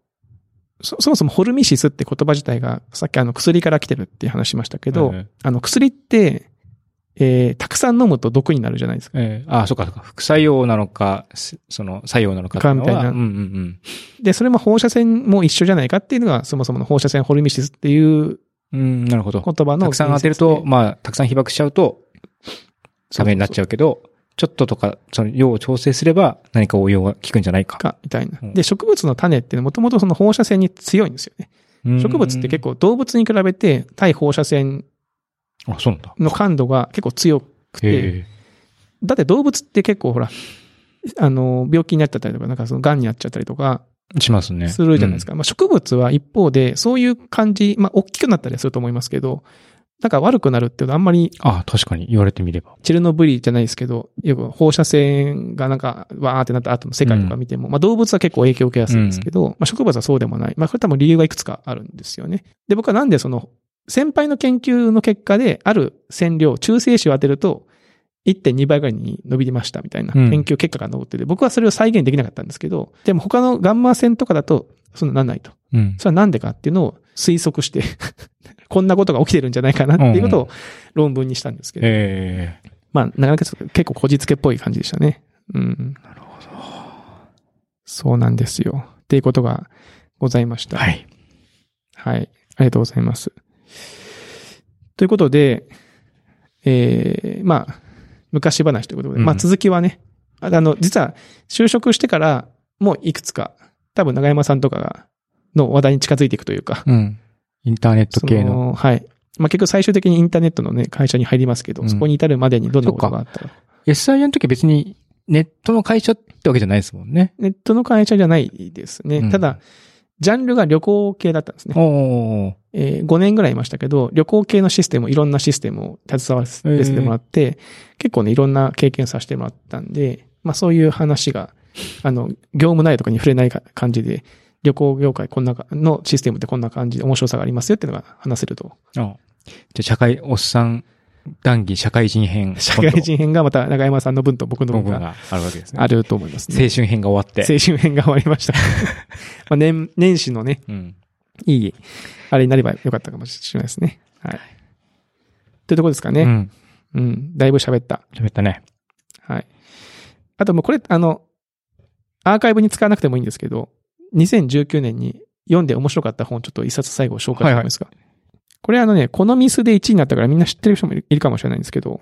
そ、そもそもホルミシスって言葉自体が、さっきあの薬から来てるっていう話しましたけど、えあの薬って、えー、たくさん飲むと毒になるじゃないですか。えあ、そうか、そうか。副作用なのか、すその、作用なのかっていうのは。かみたいなうんうんで、それも放射線も一緒じゃないかっていうのが、そもそもの放射線ホルミシスっていううん。うん、なるほど。言葉の。たくさん当てると、、まあ、たくさん被爆しちゃうと、ダメになっちゃうけど、ちょっととか、その量を調整すれば、何か応用が効くんじゃないか。か、みたいなう。んで、植物の種ってもともとその放射線に強いんですよね。植物って結構動物に比べて対放射線構。あ、そうなんだ。の感度が結構強くて、へだって動物って結構ほら、あの、病気になっちゃったりとか、なんかその癌になっちゃったりとかえ。しますね。するじゃないですか。まあ植物は一方で、そういう感じ、まあ大きくなったりはすると思いますけど、なんか悪くなるっていうのはあんまりうん。あ、確かに言われてみれば。チェルノブイリじゃないですけど、よく放射線がなんか、わーってなった後の世界とか見ても、まあ動物は結構影響を受けやすいんですけど、まあ植物はそうでもない。まあこれ多分理由がいくつかあるんですよね。で、僕はなんでその、先輩の研究の結果で、ある線量、中性子を当てると、1.2倍ぐらいに伸びましたみたいなうん研究結果が残ってて、僕はそれを再現できなかったんですけど、でも他のガンマ線とかだと、そんななんないと。うん。それはなんでかっていうのを推測して、 [laughs] こんなことが起きてるんじゃないかなっていうことを論文にしたんですけど。ええまあ、なかなかちょっと結構こじつけっぽい感じでしたね。うん。なるほど。そうなんですよ。っていうことがございました。はい。はい。ありがとうございます。ということで、えー、まあ、昔話ということで、うんまあ続きはね、ああの、実は就職してから、もういくつか、多分長山さんとかが、の話題に近づいていくというか、うん。インターネットそ系の。の、はい。まあ結局最終的にインターネットのね、会社に入りますけど、うんそこに至るまでにどんなことがあったか。 SIA の時は別に、ネットの会社ってわけじゃないですもんね。ネットの会社じゃないですね。うんただ、ジャンルが旅行系だったんですね。おー。えー5年ぐらいいましたけど、旅行系のシステム、いろんなシステムを携わらせてもらって、結構ね、いろんな経験させてもらったんで、まあそういう話が、あの、業務内容とかに触れないか感じで、旅行業界こんなか、のシステムってこんな感じで面白さがありますよっていうのが話せると。あじゃあ社会、おっさん、談義、社会人編。社会人編がまた中山さんの分と僕の今度分の部分ががあるわけですね。あると思いますね。青春編が終わって。青春編が終わりま [laughs] した。まあ年、年始のね、うん。いい、あれになればよかったかもしれないですね。はい。というところですかね。うん。うん。だいぶ喋った。喋ったね。はい。あともうこれ、あの、アーカイブに使わなくてもいいんですけど、2019年に読んで面白かった本、ちょっと一冊最後紹介してもいいですか。これあのね、このミスで1位になったからみんな知ってる人もいるいるかもしれないんですけど、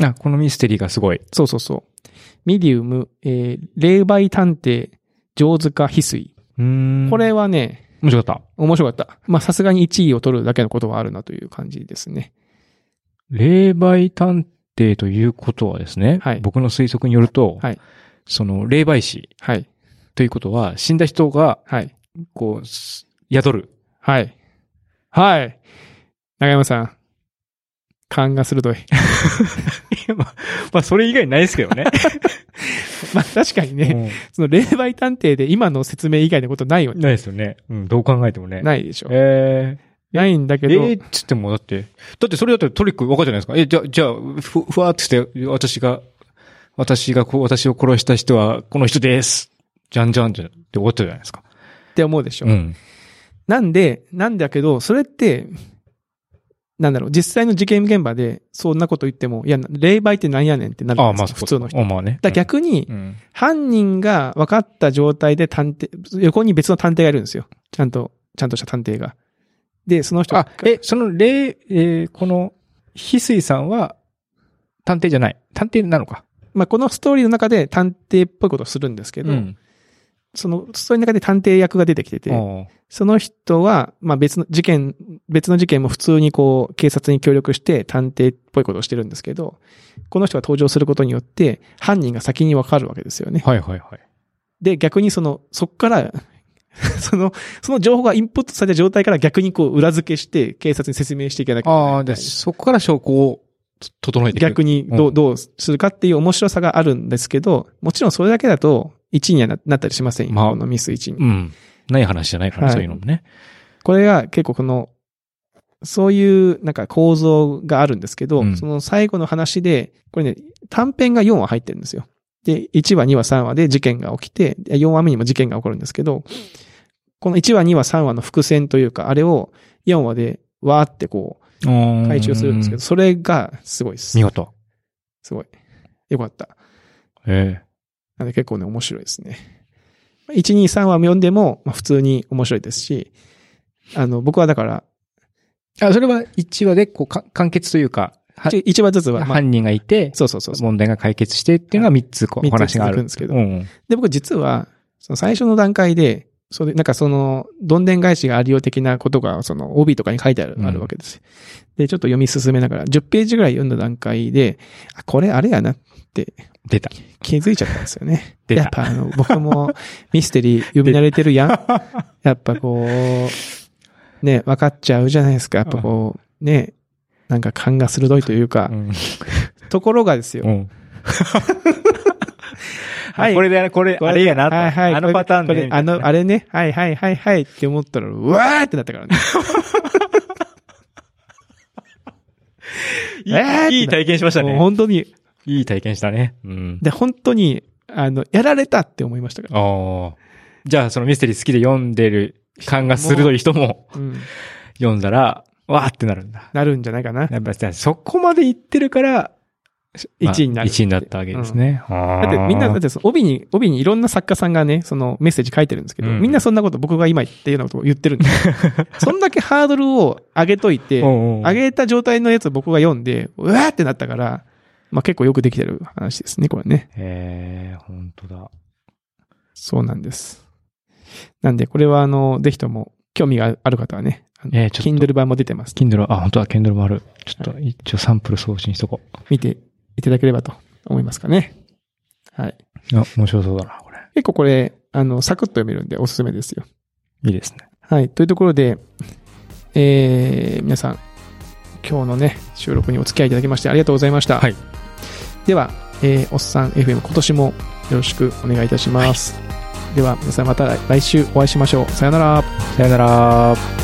あ、このミステリーがすごい。そうそうそう。ミディウム、えー、霊媒探偵、上塚翡翠。うーんこれはね、面白かった。面白かった。まあ、さすがに1位を取るだけのことはあるなという感じですね。霊媒探偵ということはですね、はい僕の推測によると、はいその霊媒師はい。ということは、死んだ人が、はい。こう、す宿る。はい。はい。長山さん。勘 [laughs] が鋭い。まあ、それ以外ないですけ [laughs] どね。まあ確かにね、ねその霊媒探偵で今の説明以外のことないよね。 [laughs] ないですよね。うん、どう考えてもね。い。ないでしょ。えないんだけー、ど、えー、っつっても、だって、だってそれだってトリック分かるじゃないですか。え、じゃあ、じゃあ、ふ、ふわーってして、私が、私がこう、私を殺した人は、この人です。じゃんじゃんじゃんって終わったじゃないですか。って思うでしょ。ん。なんで、なんだけど、それって、なんだろう、実際の事件現場でそんなこと言っても、いや、霊媒ってなんやねんってなるじゃああ、ないでまあ、すか普通の人。だあまあね。から逆にう、ん。犯人が分かった状態で探偵、横に別の探偵がいるんですよ。ちゃんと、ちゃんとした探偵が。で、その人があ、え、その霊、えーこの、翡翠さんは、探偵じゃない。探偵なのか。まあ、このストーリーの中で探偵っぽいことをするんですけど、うん。そのストーリーの中で探偵役が出てきてて、おーその人は、まあ別の事件、別の事件も普通にこう、警察に協力して探偵っぽいことをしてるんですけど、この人が登場することによって、犯人が先にわかるわけですよね。はいはいはい。で、逆にその、そっから、 [laughs] その、その情報がインプットされた状態から逆にこう、裏付けして、警察に説明していかなきゃいけないみたいな。ああ、で、そこから証拠をと整えていく。逆にどう、うんどうするかっていう面白さがあるんですけど、もちろんそれだけだと1位にはななったりしませんよ。まあこのミス1に。うん。ない話じゃないから、はいそういうのもね。これが結構この、そういうなんか構造があるんですけど、うんその最後の話で、これね、短編が4話入ってるんですよ。で、1話、2話、3話で事件が起きて、で4話目にも事件が起こるんですけど、この1話、2話、3話の伏線というか、あれを4話でわーってこう、回回収するんですけど、。それがすごいです見。事。すごい。よかった。えなので結構ね、面白いですね。まあ1、2、3話読んでも、まあ普通に面白いですし、あの、僕はだから、えあ、それは1話で、こうか、完結というか、は一1話ずつは、まあ、犯人がいて、そうそうそうそう。問題が解決してっていうのが3つ、こう、お三つ話があ続くるんですけどうん。で、僕実は、その最初の段階で、それ、なんかその、どんでん返しがありよう的なことが、その、帯とかに書いてある、うんあるわけですよ。で、ちょっと読み進めながら、10ページぐらい読んだ段階で、あ、これあれやなって出た。気づいちゃったんですよね。出たやっぱあの、僕もミステリー読み慣れてる [laughs] やん。やっぱこう、ね、分かっちゃうじゃないですか。やっぱこう、ね、なんか勘が鋭いというかう、ん。ところがですよう。 [laughs] ん。はいこれで、これ、あれやなと。はいはい。あのパターンこでれ、これあの、あれね。はいはいはいはいって思ったら、うわーってなったからね。いいえ [laughs] ーいい体験しましたもうね。本当に、いい体験したね。うん。で、本当に、あの、やられたって思いましたかああ。じゃあ、そのミステリー好きで読んでる感が鋭い人もら。うん。読んだら、わーってなるんだ。なるんじゃないかな。やっぱじゃあそこまで言ってるから、まあ1位になる。一位になったわけですね。うん。だだってみんな、だってその帯に、帯にいろんな作家さんがね、そのメッセージ書いてるんですけど、うんみんなそんなこと僕が今言ってるようなことを言ってるんですよ [laughs] そんだけハードルを上げといて、上げた状態のやつを僕が読んで、うわーってなったから、まあ結構よくできてる話ですね、これね。えー、本当だ。そうなんです。なんで、これはあの、ぜひとも、興味がある方はね、あのえー、ちょっと、 Kindle 版も出てます。 Kindle、あ、本当だ、Kindle もある。ちょっと、一応サンプル送信しとこう。見ていただければと思いますかね。はい。あ、面白そうだな、これ。結構これ、あの、サクッと読めるんでおすすめですよ。いいですね。はい。というところで、えー、皆さん、今日のね、収録にお付き合いいただきましてありがとうございました。はい。では、えーおっさん FM 今年もよろしくお願いいたします。では、皆さんまた来来週お会いしましょう。さよなら。さよなら。